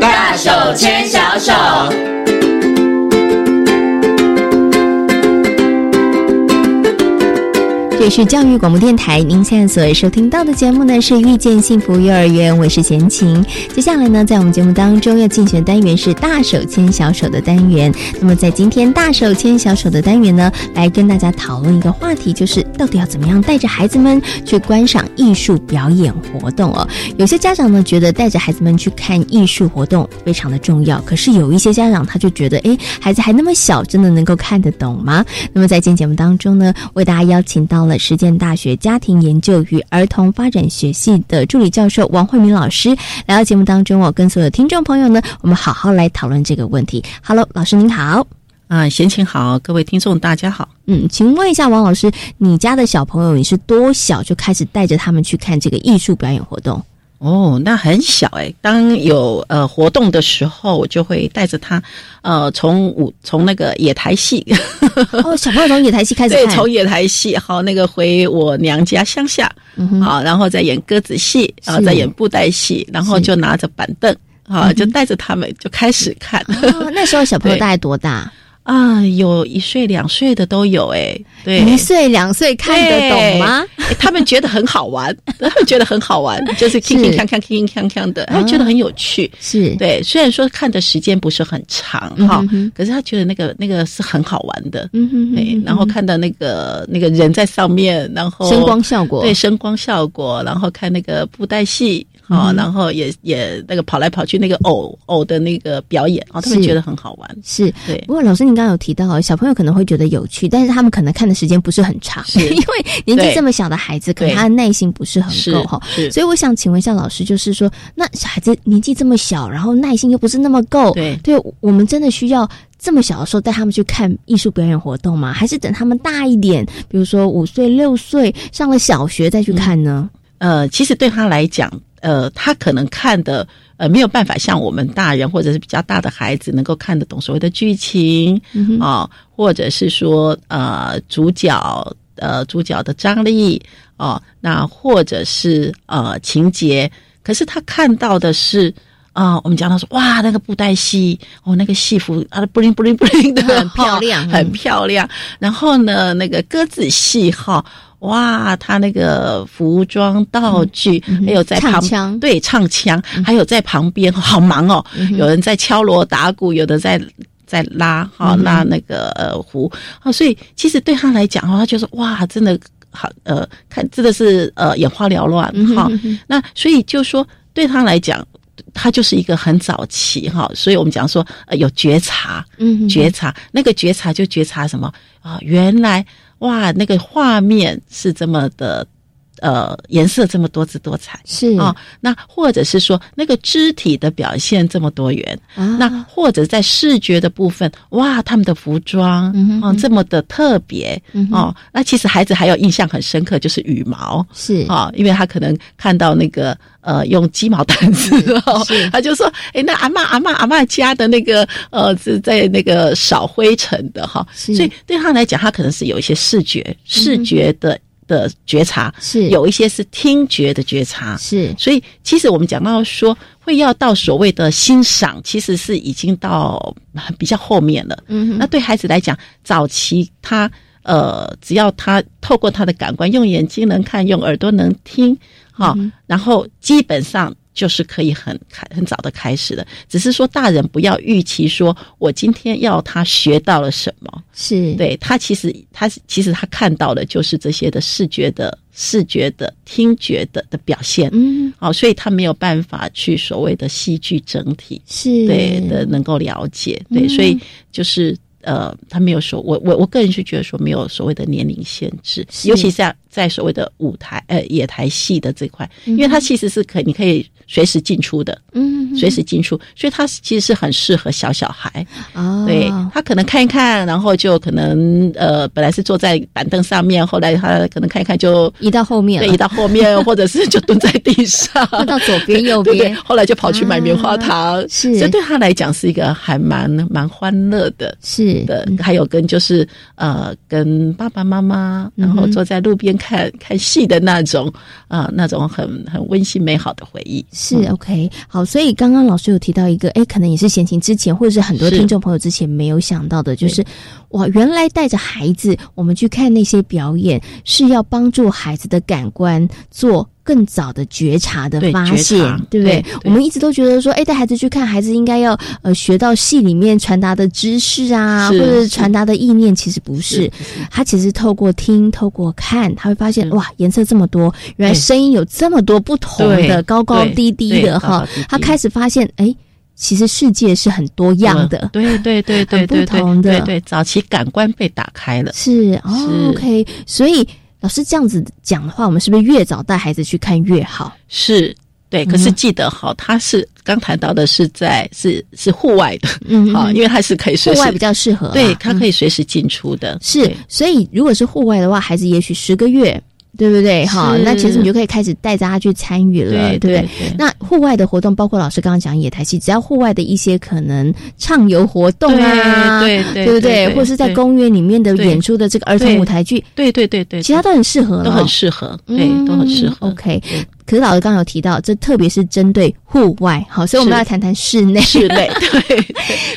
C: 大手牵小手，
F: 这里是教育广播电台，您现在所收听到的节目呢是《遇见幸福幼儿园》，我是贤琴。接下来呢，在我们节目当中要竞选单元是“大手牵小手”的单元。那么在今天“大手牵小手”的单元呢，来跟大家讨论一个话题，就是到底要怎么样带着孩子们去观赏艺术表演活动哦。有些家长呢觉得带着孩子们去看艺术活动非常的重要，可是有一些家长他就觉得，诶，孩子还那么小，真的能够看得懂吗？那么在今天节目当中呢，为大家邀请到了实践大学家庭研究与儿童发展学系的助理教授王慧敏老师来到节目当中哦，跟所有听众朋友呢，我们好好来讨论这个问题。Hello，老师您好。
O: 啊，闲情好，各位听众大家好。
F: 嗯，请问一下王老师，你家的小朋友你是多小就开始带着他们去看这个艺术表演活
O: (laughs)
F: 动？
O: 哦，那很小哎、当有呃活动的时候，我就会带着他，呃，从舞从那个野台戏，
F: 哦，小朋友从野
O: (laughs)
F: 台戏开始
O: 对，
F: 看，
O: 从野台戏，好那个回我娘家乡下，
F: 嗯哼
O: 好，然后再演鸽子戏，然后
F: 是嗯
O: 再演布袋戏，然后
F: 是
O: 就拿着板凳，啊，就带着他们就开始看。
F: 哦，那时候小朋友
O: 对
F: 大概多大？
O: 啊，有一岁两岁的都有哎、 (laughs) 对，
F: 一岁、两岁看得懂吗？
O: 欸他们觉得很好玩， (laughs) 他们觉得很好玩，就
F: 是
O: 是铿铿锵锵、铿铿锵锵的，他们觉得很有趣。
F: 是，
O: 对，虽然说看的时间不是很长
F: 嗯
O: 哈
F: 哼哼，
O: 可是他觉得那个那个是很好玩的。
F: 嗯哼
O: 对
F: 哼，，
O: 然后看到那个那个人在上面，然后
F: 声光效果，
O: 对声光效果，然后看那个布袋戏。啊，
F: 嗯
O: 然后也也那个跑来跑去那个偶偶的那个表演啊，他们
F: 是
O: 觉得很好玩。
F: 是。
O: 对
F: 不，过老师，您刚刚有提到，小朋友可能会觉得有趣，但是他们可能看的时间不是很长，
O: 是
F: (laughs) 因为年纪这么小的孩子，可能
O: 对
F: 他的耐心不是很
O: 是
F: 够哈。
O: 是，
F: 所以我想请问一下老师，就是说，那小孩子年纪这么小，然后耐心又不是那么够，
O: 对
F: 我们真的需要这么小的时候带他们去看艺术表演活动吗？还是等他们大一点，比如说五岁、六岁，上了小学再去看呢？
O: 呃，其实对他来讲，呃，他可能看的呃没有办法像我们大人或者是比较大的孩子能够看得懂所谓的剧情啊、
D: 嗯哼
O: 哦或者是说呃主角呃主角的张力哦、那或者是呃情节，可是他看到的是。啊、我们讲到说，哇，那个布袋戏，哦，那个戏服啊，布灵布灵布灵的，
D: 很漂亮
O: 哦很漂亮。然后呢，那个鸽子戏哈，哇，他那个服装道具，还有在
D: 嗯唱
O: 旁
D: 腔嗯
O: 对唱腔，还有在旁边，好忙哦，有人在敲锣打鼓，有的在。在拉哈、
D: 嗯哼
O: 拉那个呃壶啊，所以其实对他来讲哈，他就说哇，真的好呃，看真的是呃眼花缭乱
D: 嗯哼
O: 哈、
D: 嗯哼
O: 那所以就说对他来讲，他就是一个很早期哈、所以我们讲说呃有觉察，
D: 嗯
O: 觉察那个觉察就觉察什么啊、原来哇那个画面是这么的呃颜色这么多姿多彩
F: 是
O: 啊、那或者是说那个肢体的表现这么多元，
F: 啊
O: 那或者在视觉的部分，哇，他们的服装
F: 嗯哼
O: 啊、这么的特别、
F: 嗯哼
O: 哦。那其实孩子还有印象很深刻，就是羽毛
F: 是
O: 啊、因为他可能看到那个呃用鸡毛掸子
F: 嗯
O: (laughs) 哦，他就说，哎，那阿嬷阿嬷阿嬷家的那个呃是在那个扫灰尘的哈、
F: 是嗯
O: 所以对他来讲，他可能是有一些视觉视觉的。的觉察
F: 是
O: 有一些是听觉的觉察，
F: 是
O: 所以其实我们讲到说会要到所谓的欣赏，其实是已经到很比较后面了。
F: 嗯哼
O: 那对孩子来讲，早期他呃，只要他透过他的感官，用眼睛能看，用耳朵能听，哈、
F: 嗯哼
O: 然后基本上。就是可以很开很早的开始的，只是说大人不要预期说我今天要他学到了什么，
F: 是
O: 对他其实他其实他看到的就是这些的视觉的、视觉的、听觉的的表现，
F: 嗯，
O: 好、所以他没有办法去所谓的戏剧整体
F: 是
O: 对的能够了解，对，
F: 嗯
O: 所以就是呃，他没有说，我我我个人是觉得说没有所谓的年龄限制，
F: 是
O: 尤其在在所谓的舞台呃野台戏的这块，
F: 嗯
O: 因为它其实是可你可以随时进出的，
F: 嗯
O: 随时进出，所以它其实是很适合小小孩，
F: 哦，
O: 对他可能看一看，然后就可能呃，本来是坐在板凳上面，后来他可能看一看就
F: 移到后面了
O: 对，移到后面，或者是就蹲在地
F: (laughs)
O: 上，
F: 蹲到左边右边啊
O: (laughs) 对对后来就跑去买棉花糖，
F: 是
O: 这对他来讲是一个还蛮蛮欢乐的，
F: 是嗯
O: 的，还有跟就是呃，跟爸爸妈妈，然后
F: 嗯哼
O: 坐在路边看、看戏的那种啊、那种很很温馨美好的回忆，
F: 是
O: 嗯
F: OK，好，所以刚刚老师有提到一个，哎，可能也是闲情之前，或者是很多
O: 是
F: 听众朋友之前没有想到的，就是哇，原来带着孩子我们去看那些表演，是要帮助孩子的感官做。更早的觉察的
O: 对
F: 发
O: 觉察
F: 现，对不对
O: 对对
F: 我们一直都觉得说，哎，带孩子去看，孩子应该要呃学到戏里面传达的知识啊，或
O: 是
F: 者是
O: 是
F: 传达的意念，其实不是，他其实透过听、透过看，他会发
O: 嗯
F: 现哇，颜色这么多，原来
O: 对
F: 声音有这么多不同
O: 对
F: 的，高高
O: 对
F: 低低
O: 嗯对
F: 的
O: 高
F: 哈
O: 高低低。
F: 他开始发现，哎，其实世界是很多样的，
O: 嗯对对对对
F: 很不
O: 对对
F: 同的
O: 对对，早期感官被打开了。
F: 是哦
O: 是
F: OK。所以老师这样子讲的话，我们是不是越早带孩子去看越好？
O: 是
F: 嗯
O: 对，可是记得哈，它是刚谈到的是在是是户外的，
F: 嗯
O: 好，
F: 嗯
O: 因为它是可以随
F: 户
O: 时
F: 外比较适合啦，啊
O: 对，它可
F: 以
O: 以随时进出的，
F: 是
O: 对。
F: 所以如果是户外的话，孩子也许十个月。对不对？哈，
O: 是
F: 那其实你就可以开始带着他去参与了，
O: 对
F: 不
O: 对
F: 对？
O: 对
F: 那户外的活动，包括老师刚刚讲野台戏，只要户外的一些可能畅游活动啊，
O: 对对对
F: 不
O: 对
F: 对？
O: 对
F: 或是在
O: 对
F: 公园里面的
O: 对
F: 演出的这个儿童
O: 对
F: 舞台剧，
O: 对对对对，
F: 其他都很适合了，嗯
O: 都很适合，对，都很适合。
F: OK，可是老师刚刚有提到，这特别是针对户外，好，所以我们
O: 是
F: 要谈谈室内。
O: 室内
F: (laughs)
O: 对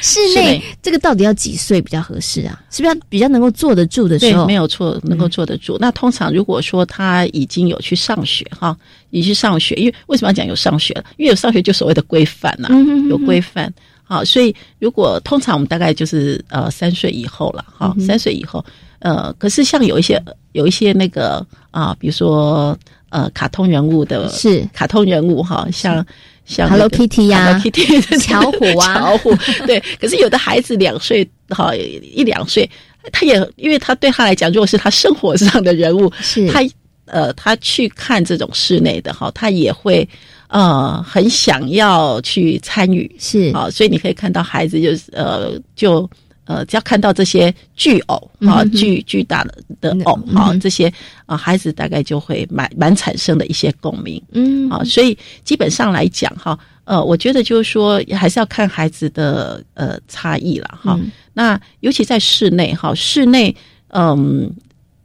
F: 室
O: 室
F: 内
O: 内
F: 这个到底要几岁比较合适啊？是不是要比较能够坐得住的
O: 对
F: 时，候？嗯
O: 没有错，能够坐得住。那通常如果说他已经有去上学哈，已经去上学，因为为什么要讲有上学？因为有上学就所谓的规范呐、
F: 嗯哼哼哼
O: 有规范。好，所以如果通常我们大概就是呃三岁以后了
F: 嗯
O: 哈，三、岁以后，呃，可是像有一些有一些那个啊、比如说呃卡通人物的，
F: 是
O: 卡通人物哈，像。像
F: Hello
O: 那个
F: Kitty 呀
O: Hello Kitty，
F: (laughs) 巧虎啊
O: (laughs) 巧虎，对。可是有的孩子两岁，哈，一两岁，他也因为他对他来讲，如果是他生活上的人物，
F: 是
O: 他呃，他去看这种室内的哈，他也会呃很想要去参与，
F: 是
O: 啊、所以你可以看到孩子就是呃就呃，只要看到这些巨偶
F: 嗯
O: 啊，巨巨大的的偶啊，这些啊，孩子大概就会蛮蛮产生的一些共鸣，嗯，啊，所以基本上来讲哈，呃，我觉得就是说还是要看孩子的呃差异了哈。那尤其在室内哈，室内嗯。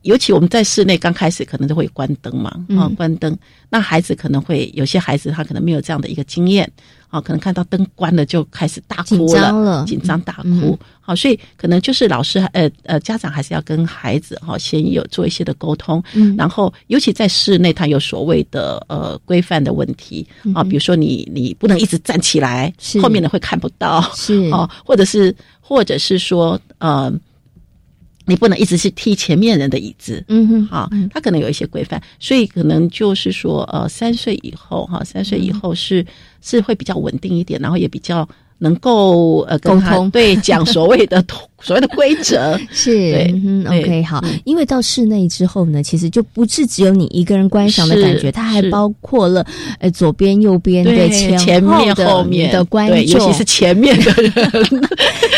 O: 尤其我们在室内刚开始可能都会关灯嘛，啊、哦，关灯，那孩子可能会有些孩子他可能没有这样的一个经验，啊、哦，可能看到灯关了就开始大哭了，紧张大哭，嗯、好，所以可能就是老师呃呃家长还是要跟孩子哈、哦、先有做一些的沟通，嗯、然后尤其在室内他有所谓的呃规范的问题啊，比如说你你不能一直站起来，后面的会看不到，
F: 是
O: 哦，或者是或者是说呃。你不能一直是踢前面人的椅子，嗯哼，好、啊，他可能有一些规范，所以可能就是说，呃，三岁以后哈，三、啊、岁以后是、嗯、是会比较稳定一点，然后也比较能够呃
F: 沟通，
O: 对，讲所谓的 (laughs) 所谓的规则
F: 是，对、嗯、，OK，好，嗯、因为到室内之后呢，其实就不是只有你一个人观赏的感觉，它还包括了呃左边、右边
O: 对
F: 前
O: 面、后面
F: 的观
O: 众，尤其是前面的
F: (laughs)
O: 人。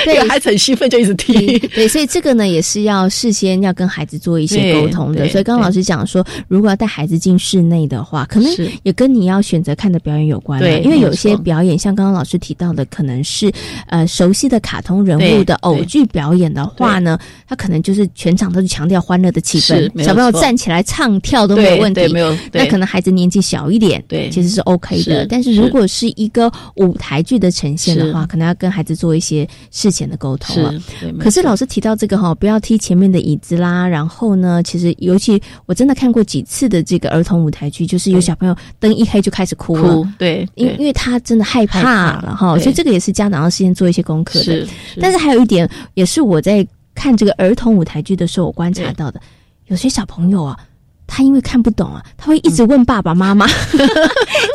O: 对， (laughs) 孩子很兴奋就一直踢。
F: 嗯对，所以这个呢也是要事先要跟孩子做一些沟通的。所以刚刚老师讲说，如果要带孩子进室内的话，可能也跟你要选择看的表演有关。
O: 对，
F: 因为有些表演像刚刚老师提到的，可能是呃熟悉的卡通人物的偶剧表演的话呢，他可能就是全场都是强调欢乐的气氛，小朋友站起来唱跳都没有问题。
O: 没有，
F: 那可能孩子年纪小一点，对，其实是 OK 的。但是如果是一个舞台剧的呈现的话，可能要跟孩子做一些事。之前的沟通啊，可是老师提到这个哈，不要踢前面的椅子啦。然后呢，其实尤其我真的看过几次的这个儿童舞台剧，就是有小朋友灯一黑就开始哭了，
O: 哭对，
F: 因因为他真的害怕了哈，所以这个也是家长要事先做一些功课的。
O: 是是
F: 但是还有一点，也是我在看这个儿童舞台剧的时候，我观察到的，有些小朋友啊。他因为看不懂啊，他会一直问爸爸妈
O: (laughs)
F: 妈。嗯、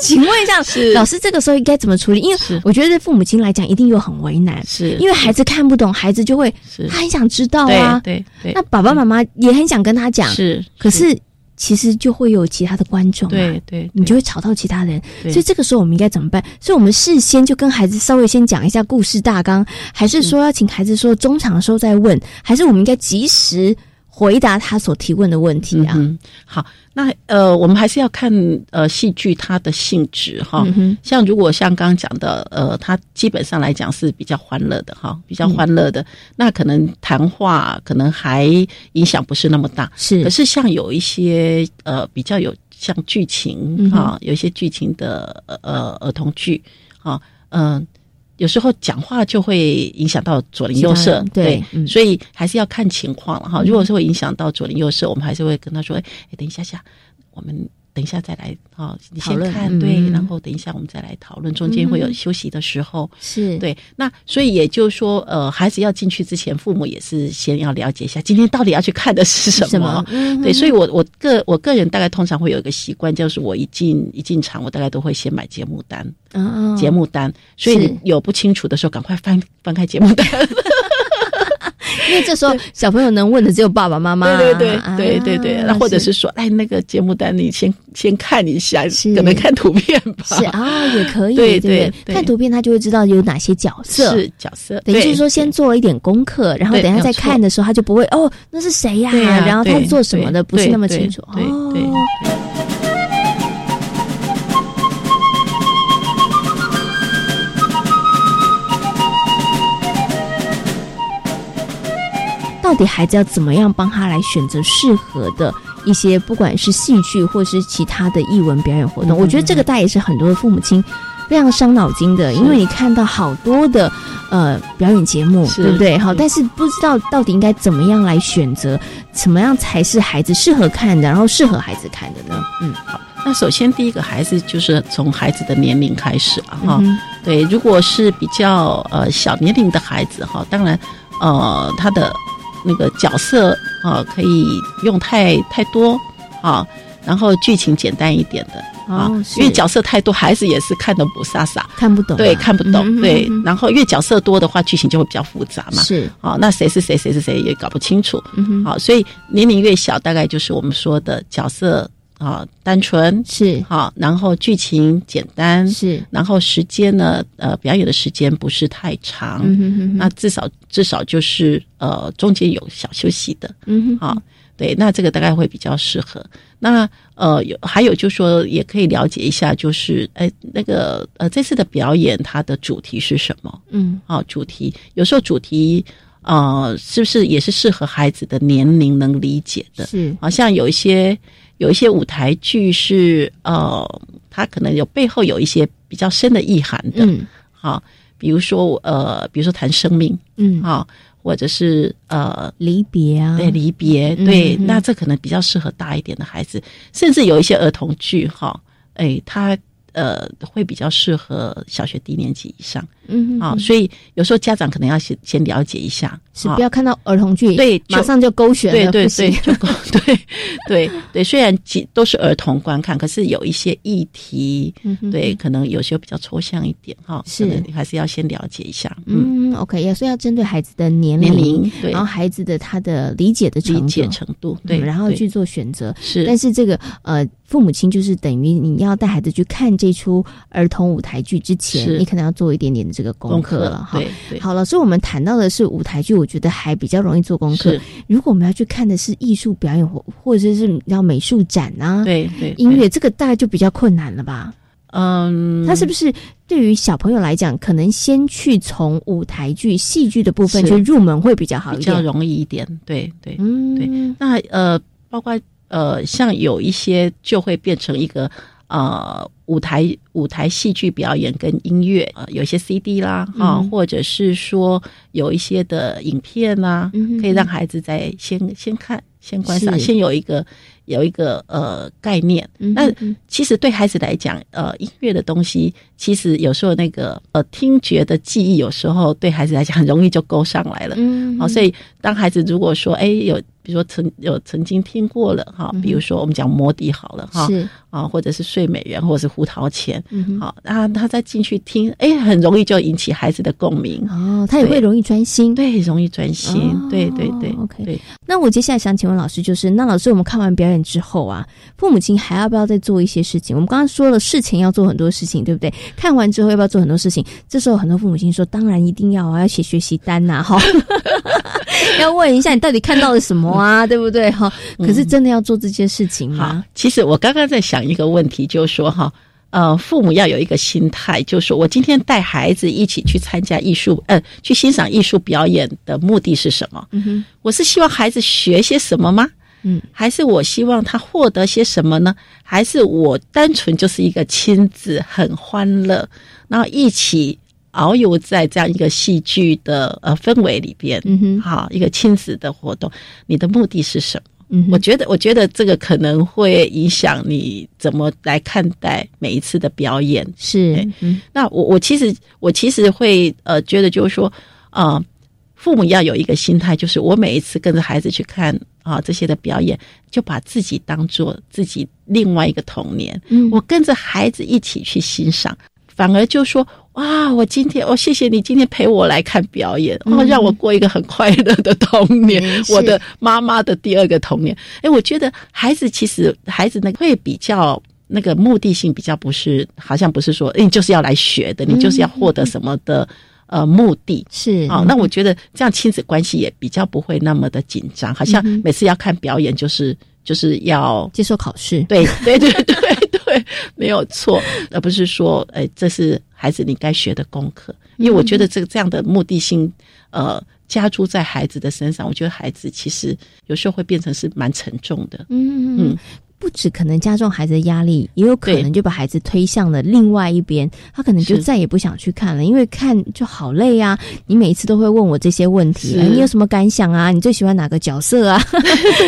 F: 请问一下，老师这个时候应该怎么处理？因为我觉得父母亲来讲一定又很为难，
O: 是
F: 因为孩子看不懂，孩子就会他很想知道啊，
O: 对对。对对
F: 那爸爸妈妈也很想跟他讲，
O: 是，是
F: 可是其实就会有其他的观众、啊，
O: 对对，对
F: 你就会吵到其他人。所以这个时候我们应该怎么办？所以我们事先就跟孩子稍微先讲一下故事大纲，还
O: 嗯
F: 是说要请孩子说中场的时候再问，还是我们应该及时？回答他所提问的问题啊。
O: 嗯、好，那呃，我们还是要看呃戏剧它的性质哈。嗯、像如果像刚刚讲的，呃，它基本上来讲是比较欢乐的哈，比较欢乐的，嗯、那可能谈话可能还影响不是那么大。
F: 是，
O: 可是像有一些呃比较有像剧
F: 嗯
O: 情啊，有一些剧情的呃儿童剧啊，嗯、呃。有时候讲话就会影响到左邻右舍，
F: 对，嗯、
O: 所以还是要看情况了哈。如果是会影响到左邻右舍，我们还是会跟他说：“哎、欸，等一下下，我们等一下再来啊、哦，你先看、嗯、对，然后等一下我们再来讨论，中间
F: 嗯
O: 会有休息的时候，
F: 是、
O: 嗯、对。那所以也就是说，呃，孩子要进去之前，父母也是先要了解一下今天到底要去看的是什么。
F: 什嗯麼
O: 对，所以我我个我个人大概通常会有一个习惯，就是我一进一进场，我大概都会先买节目单。
F: 哦嗯
O: 节目单，所以有不清楚的时候，赶快翻翻开节目单，
F: 因为这时候小朋友能问的只有爸爸妈妈、啊。
O: 对对对对对对，那、啊、或者是说，哎，那个节目单你先先看一下，可能看图片吧。
F: 是啊，也可以。
O: 对对，
F: 看图片他就会知道有哪些角色。
O: 是角色，
F: 等于是说先做了一点功课，然后等下再看的时候，他就不会哦，那是谁呀？
O: 啊
F: 啊然后他做什么的不是那么清楚哦。到底孩子要怎么样帮他来选择适合的一些，不管是戏剧或是其他的艺文表演活动？嗯、我觉得这个大也是很多父母亲非常伤脑筋的，因为你看到好多的呃表演节目，对不对？好，但是不知道到底应该怎么样来选择，怎么样才是孩子适合看的，然后适合孩子看的呢？
O: 嗯，好。那首先第一个还是就是从孩子的年龄开始啊，哈、嗯，对，如果是比较呃小年龄的孩子哈，当然呃他的。那个角色啊、呃，可以不用太太多啊，然后剧情简单一点的啊，
F: 哦、
O: 因为角色太多，孩子也是看得不飒飒，
F: 看不懂、啊，
O: 对，看不懂，嗯哼嗯哼对。然后因为角色多的话，剧情就会比较复杂嘛，
F: 是
O: 啊，那谁是谁，谁是谁也搞不清楚，嗯、啊，所以年龄越小，大概就是我们说的角色啊、呃、单纯
F: 是
O: 好、哦，然后剧情简单
F: 是，
O: 然后时间呢呃表演的时间不是太长，
F: 嗯、哼哼
O: 那至少至少就是呃中间有小休息的，
F: 嗯
O: 好、哦，对，那这个大概会比较适合。那呃有还有就说也可以了解一下，就是哎那个呃这次的表演它的主题是什么？
F: 嗯，
O: 好、哦，主题有时候主题。呃，是不是也是适合孩子的年龄能理解的？
F: 是，
O: 好像有一些有一些舞台剧是呃，它可能有背后有一些比较深的意涵的。
F: 嗯，
O: 好、啊，比如说呃，比如说谈生命，
F: 嗯，
O: 啊，或者是呃
F: 离别啊，
O: 对离别，对、嗯，那这可能比较适合大一点的孩子，甚至有一些儿童剧哈，哎、啊，它。呃，会比较适合小学低年级以上，
F: 嗯
O: 啊、哦，所以有时候家长可能要先先了解一下，
F: 是不要看到儿童剧，哦、
O: 对，
F: 马上就勾选
O: 了，对对对，就勾 (laughs) 对对对，虽然几都是儿童观看，可是有一些议题，
F: 嗯、
O: 对，可能有些比较抽象一点哈、哦，
F: 是
O: 还是要先了解一下，
F: 嗯,嗯，OK，也是要针对孩子的年
O: 龄，年龄对
F: 然后孩子的他的理解的程度，
O: 理解程度，对，嗯、
F: 然后去做选择，
O: 是，
F: 但是这个呃。父母亲就是等于你要带孩子去看这出儿童舞台剧之前，你可能要做一点点的这个功课了哈。好，老师，我们谈到的是舞台剧，我觉得还比较容易做功课。如果我们要去看的是艺术表演或或者是要美术展啊，
O: 对对，
F: 音乐这个大概就比较困难了吧？
O: 嗯，
F: 他是不是对于小朋友来讲，可能先去从舞台剧、戏剧的部分去入门会比较好一
O: 点，比较容易一点？对对，
F: 嗯
O: 对。那呃，包括。呃，像有一些就会变成一个呃舞台舞台戏剧表演跟音乐，呃，有一些 CD 啦，哈、
F: 嗯，
O: 或者是说有一些的影片啦，
F: 嗯、
O: 可以让孩子在先先看、先观赏、先有一个有一个呃概念。那、
F: 嗯、
O: 其实对孩子来讲，呃，音乐的东西，其实有时候那个呃听觉的记忆，有时候对孩子来讲很容易就勾上来了。
F: 嗯，
O: 好、哦，所以当孩子如果说，哎，有。比如说曾有曾经听过了哈，比如说我们讲摩笛好了哈，啊、
F: 嗯，
O: 或者是睡美人，或者是胡桃钳，
F: 嗯，
O: 好，那他再进去听，哎、欸，很容易就引起孩子的共鸣
F: 哦，他也会容易专心，
O: 对，對容易专心、哦，对对对
F: ，OK
O: 對。
F: 那我接下来想请问老师，就是那老师，我们看完表演之后啊，父母亲还要不要再做一些事情？我们刚刚说了，事情要做很多事情，对不对？看完之后要不要做很多事情？这时候很多父母亲说，当然一定要啊，要写学习单呐、啊，哈 (laughs) 要问一下你到底看到了什么啊，对不对哈？可是真的要做这些事情吗？
O: 嗯、其实我刚刚在想一个问题，就是说哈，呃，父母要有一个心态，就是说我今天带孩子一起去参加艺术，呃，去欣赏艺术表演的目的是什么？
F: 嗯哼，
O: 我是希望孩子学些什么吗？
F: 嗯，
O: 还是我希望他获得些什么呢？还是我单纯就是一个亲子很欢乐，然后一起。遨游在这样一个戏剧的呃氛围里边，
F: 嗯哼，
O: 好一个亲子的活动，你的目的是什么？
F: 嗯，
O: 我觉得，我觉得这个可能会影响你怎么来看待每一次的表演。
F: 是，嗯、
O: 那我我其实我其实会呃觉得就是说，呃，父母要有一个心态，就是我每一次跟着孩子去看。啊、哦，这些的表演就把自己当做自己另外一个童年。
F: 嗯，
O: 我跟着孩子一起去欣赏，反而就说。哇！我今天哦，谢谢你今天陪我来看表演，哦，让我过一个很快乐的童年、
F: 嗯，
O: 我的妈妈的第二个童年。哎，我觉得孩子其实孩子呢会比较那个目的性比较不是，好像不是说哎你就是要来学的，你就是要获得什么的、嗯、呃目的
F: 是嗯
O: 啊、哦。那我觉得这样亲子关系也比较不会那么的紧张，好像每次要看表演就是。就是要
F: 接受考试，
O: 对对对对 (laughs) 对，没有错，而不是说，哎，这是孩子你该学的功课。因为我觉得这个这样的目的性，呃，加诸在孩子的身上，我觉得孩子其实有时候会变成是蛮沉重的。
F: 嗯嗯。不止可能加重孩子的压力，也有可能就把孩子推向了另外一边。他可能就再也不想去看了，因为看就好累啊！你每一次都会问我这些问题，哎、你有什么感想啊？你最喜欢哪个角色
O: (laughs)
F: 啊？ (laughs)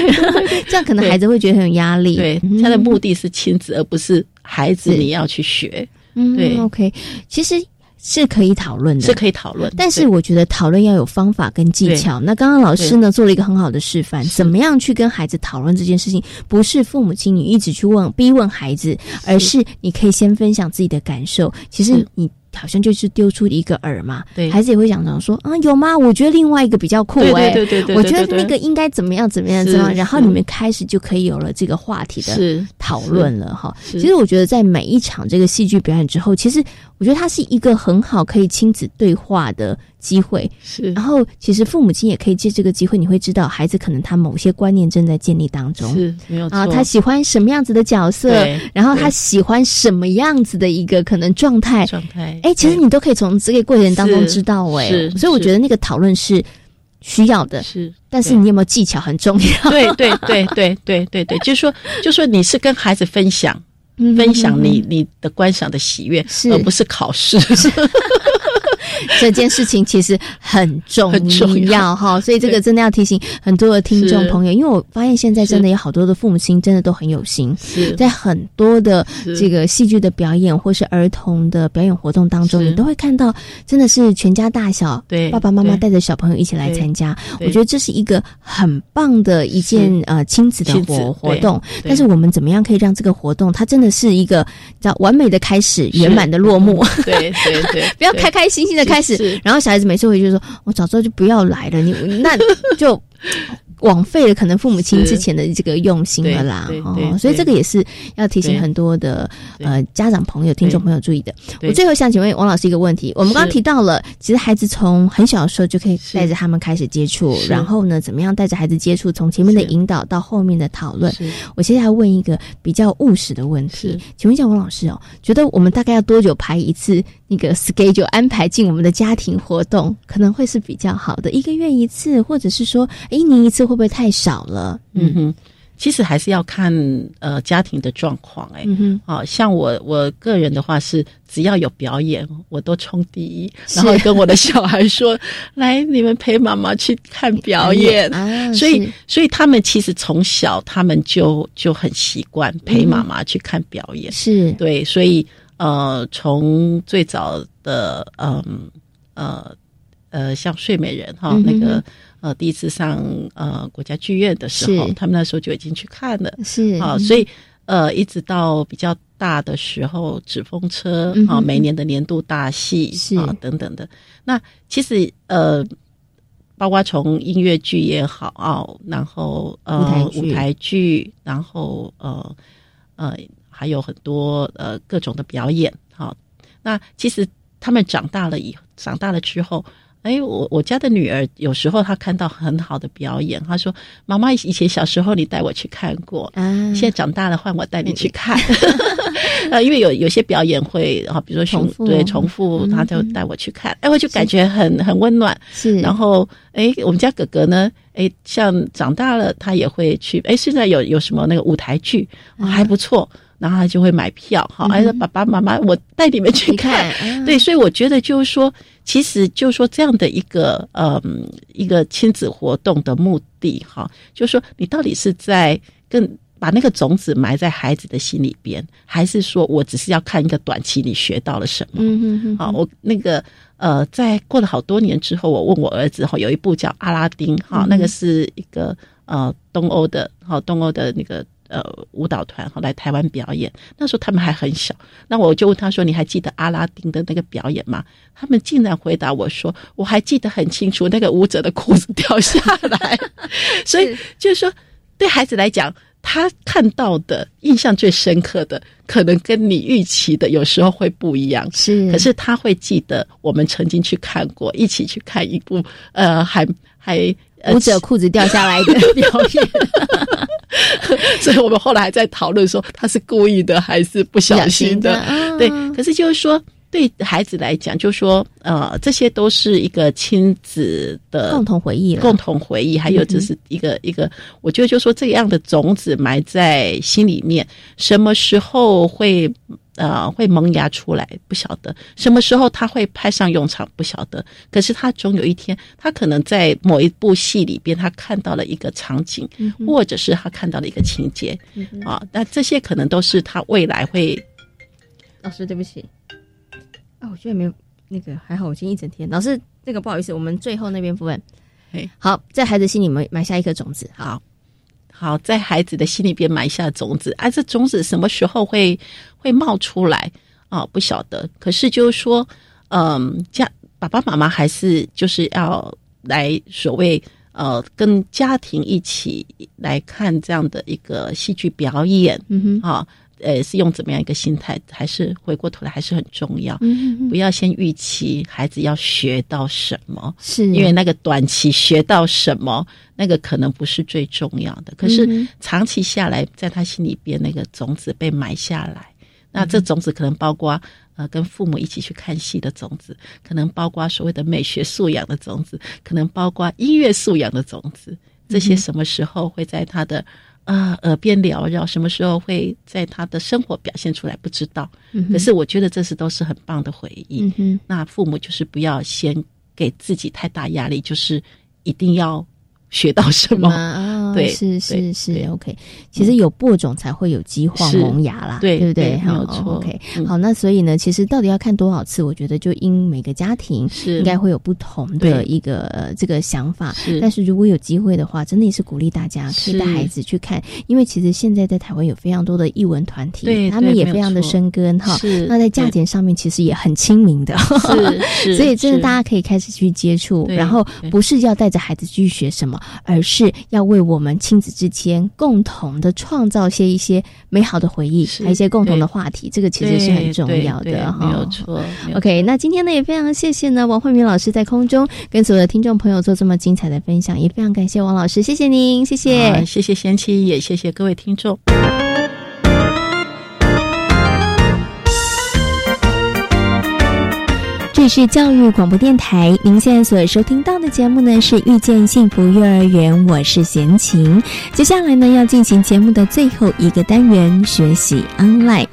F: 这样可能孩子会觉得很有压力。
O: 对，嗯、他的目的是亲子，而不是孩子你要去学。
F: 嗯，
O: 对
F: ，OK，其实。是可以讨论的，
O: 是可以讨论，
F: 嗯但是我觉得讨论要有方法跟技巧。那刚刚老师呢做了一个很好的示范，怎么样去跟孩子讨论这件事情？不是父母亲你一直去问、逼问孩子，而是你可以先分享自己的感受。其实你。好像就是丢出一个饵嘛，
O: 嗯对，
F: 孩子也会想想说啊，有吗？我觉得另外一个比较酷
O: 哎、欸，对对对,对对对，
F: 我觉得那个应该怎么样怎么样怎么样，然后你们开始就可以有了这个话题的讨论了哈。其实我觉得在每一场这个戏剧表演之后，其实我觉得它是一个很好可以亲子对话的机会，
O: 是。
F: 然后其实父母亲也可以借这个机会，你会知道孩子可能他某些观念正在建立当中，
O: 是没有
F: 啊，他喜欢什么样子的角色，然后他喜欢什么样子的一个可能状态，
O: 状态，
F: 哎，其实你都可以从这个过程当中知道哎、欸，所以我觉得那个讨论是。需要的
O: 是，
F: 但是你有没有技巧很重要。
O: 对对对对对对对，就是说，就是说你是跟孩子分享， (laughs)
F: 嗯
O: 分享你你的观赏的喜悦，而不是考试。
F: 这件事情其实很重要哈，所以这个真的要提醒很多的听众朋友，因为我发现现在真的有好多的父母亲真的都很有心，在很多的这个戏剧的表演或是儿童的表演活动当中，你都会看到真的是全家大小，
O: 对
F: 爸爸妈妈带着小朋友一起来参加，我觉得这是一个很棒的一件呃亲子的活活动。但是我们怎么样可以让这个活动它真的是一个叫完美的开始，圆满的落幕？
O: 对对对，
F: (laughs) 不要开开心心的。开始，然后小孩子每次回去说：“我早知道就不要来了，你 (laughs) 那就枉费了可能父母亲之前的这个用心了啦。”哦，所以这个也是要提醒很多的呃家长朋友、听众朋友注意的。我最后想请问王老师一个问题：我们刚刚提到了，其实孩子从很小的时候就可以带着他们开始接触，然后呢，怎么样带着孩子接触？从前面的引导到后面的讨论，我现在要问一个比较务实的问题，请问一下王老师哦，觉得我们大概要多久排一次？那个 schedule 安排进我们的家庭活动可能会是比较好的，一个月一次，或者是说一年一次，会不会太少了？
O: 嗯哼，其实还是要看呃家庭的状况、欸，哎、嗯哼，啊、呃，像我我个人的话是，只要有表演，我都冲第一，然后跟我的小孩说，来，你们陪妈妈去看表演。啊、所以，所以他们其实从小他们就就很习惯陪妈妈去看表演，嗯、
F: 是
O: 对，所以。呃，从最早的嗯呃呃，像《睡美人》哈，嗯、那个呃，第一次上呃国家剧院的时候，他们那时候就已经去看了，
F: 是
O: 啊、呃，所以呃，一直到比较大的时候，《纸风车》啊、呃，每年的年度大戏啊、呃、等等的。那其实呃，包括从音乐剧也好啊，然后呃舞台剧，然后呃呃。还有很多呃各种的表演，好、哦，那其实他们长大了以长大了之后，哎，我我家的女儿有时候她看到很好的表演，她说：“妈妈以前小时候你带我去看过，啊、现在长大了换我带你去看。嗯” (laughs) 呃，因为有有些表演会啊、哦，比如说对重复，她就带我去看，哎、嗯，我就感觉很很温暖。
F: 是，
O: 然后哎，我们家哥哥呢？哎，像长大了他也会去，哎，现在有有什么那个舞台剧、哦、还不错。嗯然后他就会买票，好、嗯，哎，爸爸妈妈，我带你们去
F: 嗯
O: 看。看啊、对，所以我觉得就是说，其实就是说这样的一个呃、嗯、一个亲子活动的目的，哈，就是说你到底是在更把那个种子埋在孩子的心里边，还是说我只是要看一个短期你学到了什么？
F: 嗯嗯嗯。
O: 好，我那个呃，在过了好多年之后，我问我儿子哈，有一部叫《阿拉丁》哈，嗯、那个是一个呃东欧的，哈，东欧的那个。呃，舞蹈团哈来台湾表演，那时候他们还很小。那我就问他说：“你还记得阿拉丁的那个表演吗？”他们竟然回答我说：“我还记得很清楚，那个舞者的裤子 (laughs) 掉下来。”所以就是说，对孩子来讲，他看到的印象最深刻的，可能跟你预期的有时候会不一样。
F: 是，
O: 可是他会记得我们曾经去看过，一起去看一部呃，还还。呃
F: 舞者裤子掉下来的表
O: (laughs)
F: 演，
O: 所以我们后来还在讨论说他是故意的还是不小心的。
F: 啊、
O: 对，可是就是说，对孩子来讲，就是说，呃，这些都是一个亲子的
F: 共同回忆，
O: 呃共同回忆，还有就是一嗯个、嗯、一个，我觉得就是说这样的种子埋在心里面，什么时候会。呃，会萌芽出来，不晓得什么时候他会派上用场，不晓得。可是他总有一天，他可能在某一部戏里边，他看到了一个场景，嗯、或者是他看到了一个情节，嗯、啊，那这些可能都是他未来会。
F: 老师，对不起，啊，我居然没有那个，还好我今天一整天。老师，那个不好意思，我们最后那边部分，好，在孩子心里埋埋下一颗种子，
O: 好。好，在孩子的心里边埋下种子，啊，这种子什么时候会会冒出来啊？不晓得。可是就是说，嗯，家爸爸妈妈还是就是要来所谓呃跟家庭一起来看这样的一个戏剧表演，
F: 嗯哼，
O: 啊。呃，是用怎么样一个心态？还是回过头来还是很重要。
F: 嗯哼
O: 不要先预期孩子要学到什么，
F: 是
O: 因为那个短期学到什么，那个可能不是最重要的。可
F: 嗯
O: 是
F: 哼
O: 长期下来，在他心里边那个种子被埋下来，那
F: 嗯
O: 这种子可能包括呃跟父母一起去看戏的种子，可能包括所谓的美学素养的种子，可能包括音乐素养的种子，这些
F: 嗯哼
O: 什么时候会在他的啊、耳边缭绕，什么时候会在他的生活表现出来，不知道。
F: 嗯哼
O: 可是我觉得这是都是很棒的回忆。
F: 嗯哼
O: 那父母就是不要先给自己太大压力，就是一定要学到什么。
I: 嗯
F: 啊，
O: 对，
F: 是是
O: 对
F: 是，OK。其实有播种才会有机化
O: 是
F: 萌芽啦，
O: 对
F: 嗯对不对？
O: 对没有
F: 好哦
O: 错
F: OK，
O: 嗯
F: 好，那所以呢，其实到底要看多少次，我觉得就因每个家庭
O: 是
F: 应该会有不同的
O: 对
F: 一个呃这个想法。
O: 是
F: 但是如果有机会的话，真的也是鼓励大家可以
O: 是
F: 带孩子去看，因为其实现在在台湾有非常多的艺文团体，
O: 对
F: 他们
O: 对
F: 也
O: 没有
F: 非常的
O: 错
F: 生根哈。
O: 是
F: 那在价
O: 对
F: 钱上面其实也很亲民的， (laughs)
O: 是是
F: 所以真的
O: 是
F: 大家可以开始去接触，
O: 对
F: 然后
O: 对
F: 不是要带着孩子去学什么，而是要为我们亲子之间共同的创造些一些美好的回忆，
O: 是
F: 还有一些共同的
O: 对
F: 话题，这个其实是很重要
O: 对对
F: 的哈。
O: 没有错。没有错
F: OK，那今天呢也非常谢谢呢王慧敏老师在空中跟所有的听众朋友做这么精彩的分享，也非常感谢王老师，谢谢您，谢谢。
O: 啊谢谢贤妻，也谢谢各位听众。
F: 这里是教育广播电台，您现在所收听到的节目呢是《遇见幸福幼儿园》，我是贤琴。接下来呢要进行节目的最后一个单元——学习 online。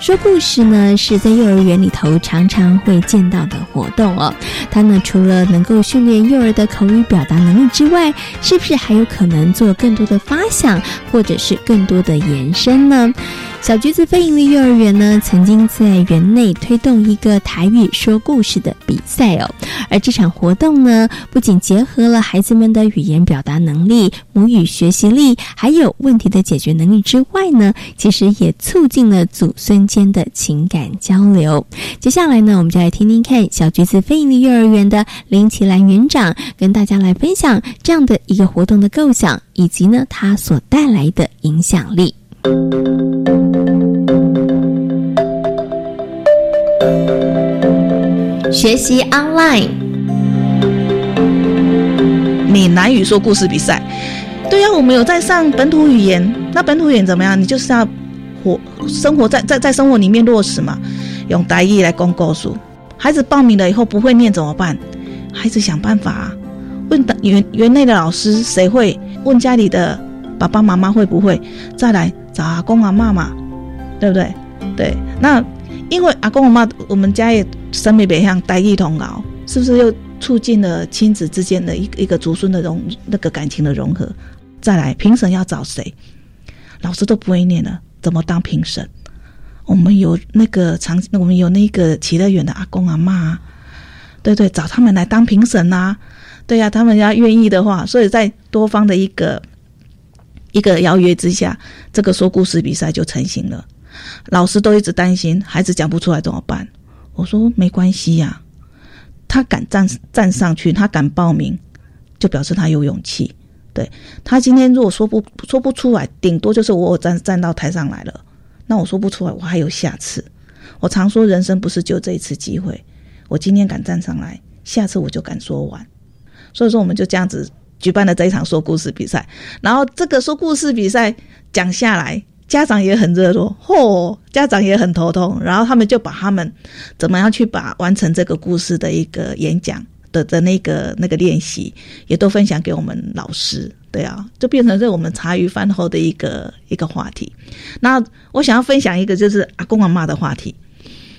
F: 说故事呢，是在幼儿园里头常常会见到的活动哦。它呢，除了能够训练幼儿的口语表达能力之外，是不是还有可能做更多的发想，或者是更多的延伸呢？小橘子非营利幼儿园呢，曾经在园内推动一个台语说故事的比赛哦。而这场活动呢，不仅结合了孩子们的语言表达能力、母语学习力，还有问题的解决能力之外呢，其实也促进了祖孙间的情感交流。接下来呢，我们就来听听看小橘子非营利幼儿园的林奇兰园长跟大家来分享这样的一个活动的构想，以及呢它所带来的影响力。
E: 学习 online，
I: 闽南语说故事比赛。对呀、我们有在上本土语言，那本土语言怎么样？你就是要活生活在在在生活里面落实嘛，用台语来讲故事。孩子报名了以后不会念怎么办？孩子想办法、啊，问的园园内的老师谁会，问家里的爸爸妈妈会不会，再来找阿公阿妈嘛，对不对？对，那因为阿公阿妈，我们家也审美北向代一同熬，是不是又促进了亲子之间的一个一个祖孙的融那个感情的融合？再来，评审要找谁？老师都不会念了，怎么当评审？我们有那个长，我们有那个奇乐园的阿公阿妈、啊，对对，找他们来当评审啊，对呀、他们要愿意的话，所以在多方的一个一个邀约之下，这个说故事比赛就成型了。老师都一直担心孩子讲不出来怎么办。我说没关系呀、他敢站站上去，他敢报名，就表示他有勇气。对他今天如果说不说不出来，顶多就是我有站站到台上来了，那我说不出来，我还有下次。我常说人生不是就这一次机会，我今天敢站上来，下次我就敢说完。所以说，我们就这样子举办了这一场说故事比赛。然后这个说故事比赛讲下来，家长也很热络，嚯、家长也很头痛。然后他们就把他们怎么样去把完成这个故事的一个演讲的的那个那个练习，也都分享给我们老师。对啊，就变成是我们茶余饭后的一个一个话题。那我想要分享一个就是阿公阿妈的话题，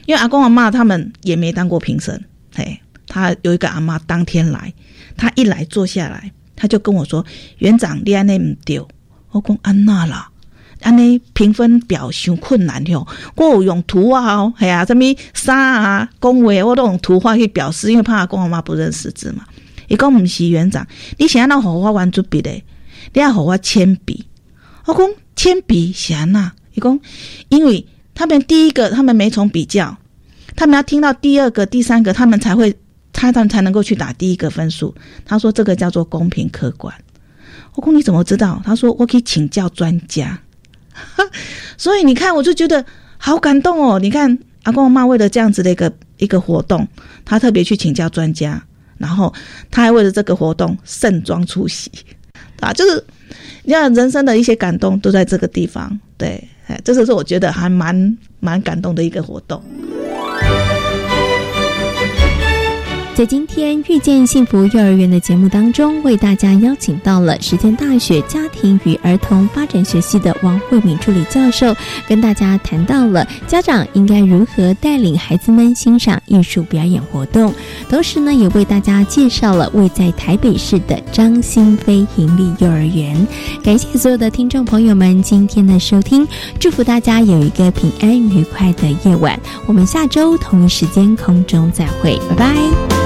I: 因为阿公阿妈他们也没当过评审，嘿，他有一个阿妈当天来，他一来坐下来，他就跟我说：“园长，你安尼唔对。”我讲安那啦，安尼评分表伤困难哟。我有用图画哦，系啊，什么衫啊、讲话，我都用图画去表示，因为怕阿公阿妈不认识字嘛。伊讲毋是园长，你是安那互我玩铅笔嘞？你要互我铅笔？我讲铅笔是安那？伊讲，因为他们第一个他们没从比较，他们要听到第二个、第三个，他们才会，他他们才能够去打第一个分数。他说这个叫做公平客观。我哦公你怎么知道？他说我可以请教专家。 (laughs) 所以你看，我就觉得好感动哦。你看，阿公阿妈为了这样子的一个一个活动，他特别去请教专家，然后他还为了这个活动盛装出席，啊，就是你看人生的一些感动都在这个地方。对，哎，这就是我觉得还蛮蛮感动的一个活动。
F: 在今天遇见幸福幼儿园的节目当中，为大家邀请到了实践大学家庭与儿童发展学系的王慧敏助理教授，跟大家谈到了家长应该如何带领孩子们欣赏艺术表演活动，同时呢，也为大家介绍了位在台北市的张新飞盈利幼儿园。感谢所有的听众朋友们今天的收听，祝福大家有一个平安愉快的夜晚。我们下周同一时间空中再会，拜拜。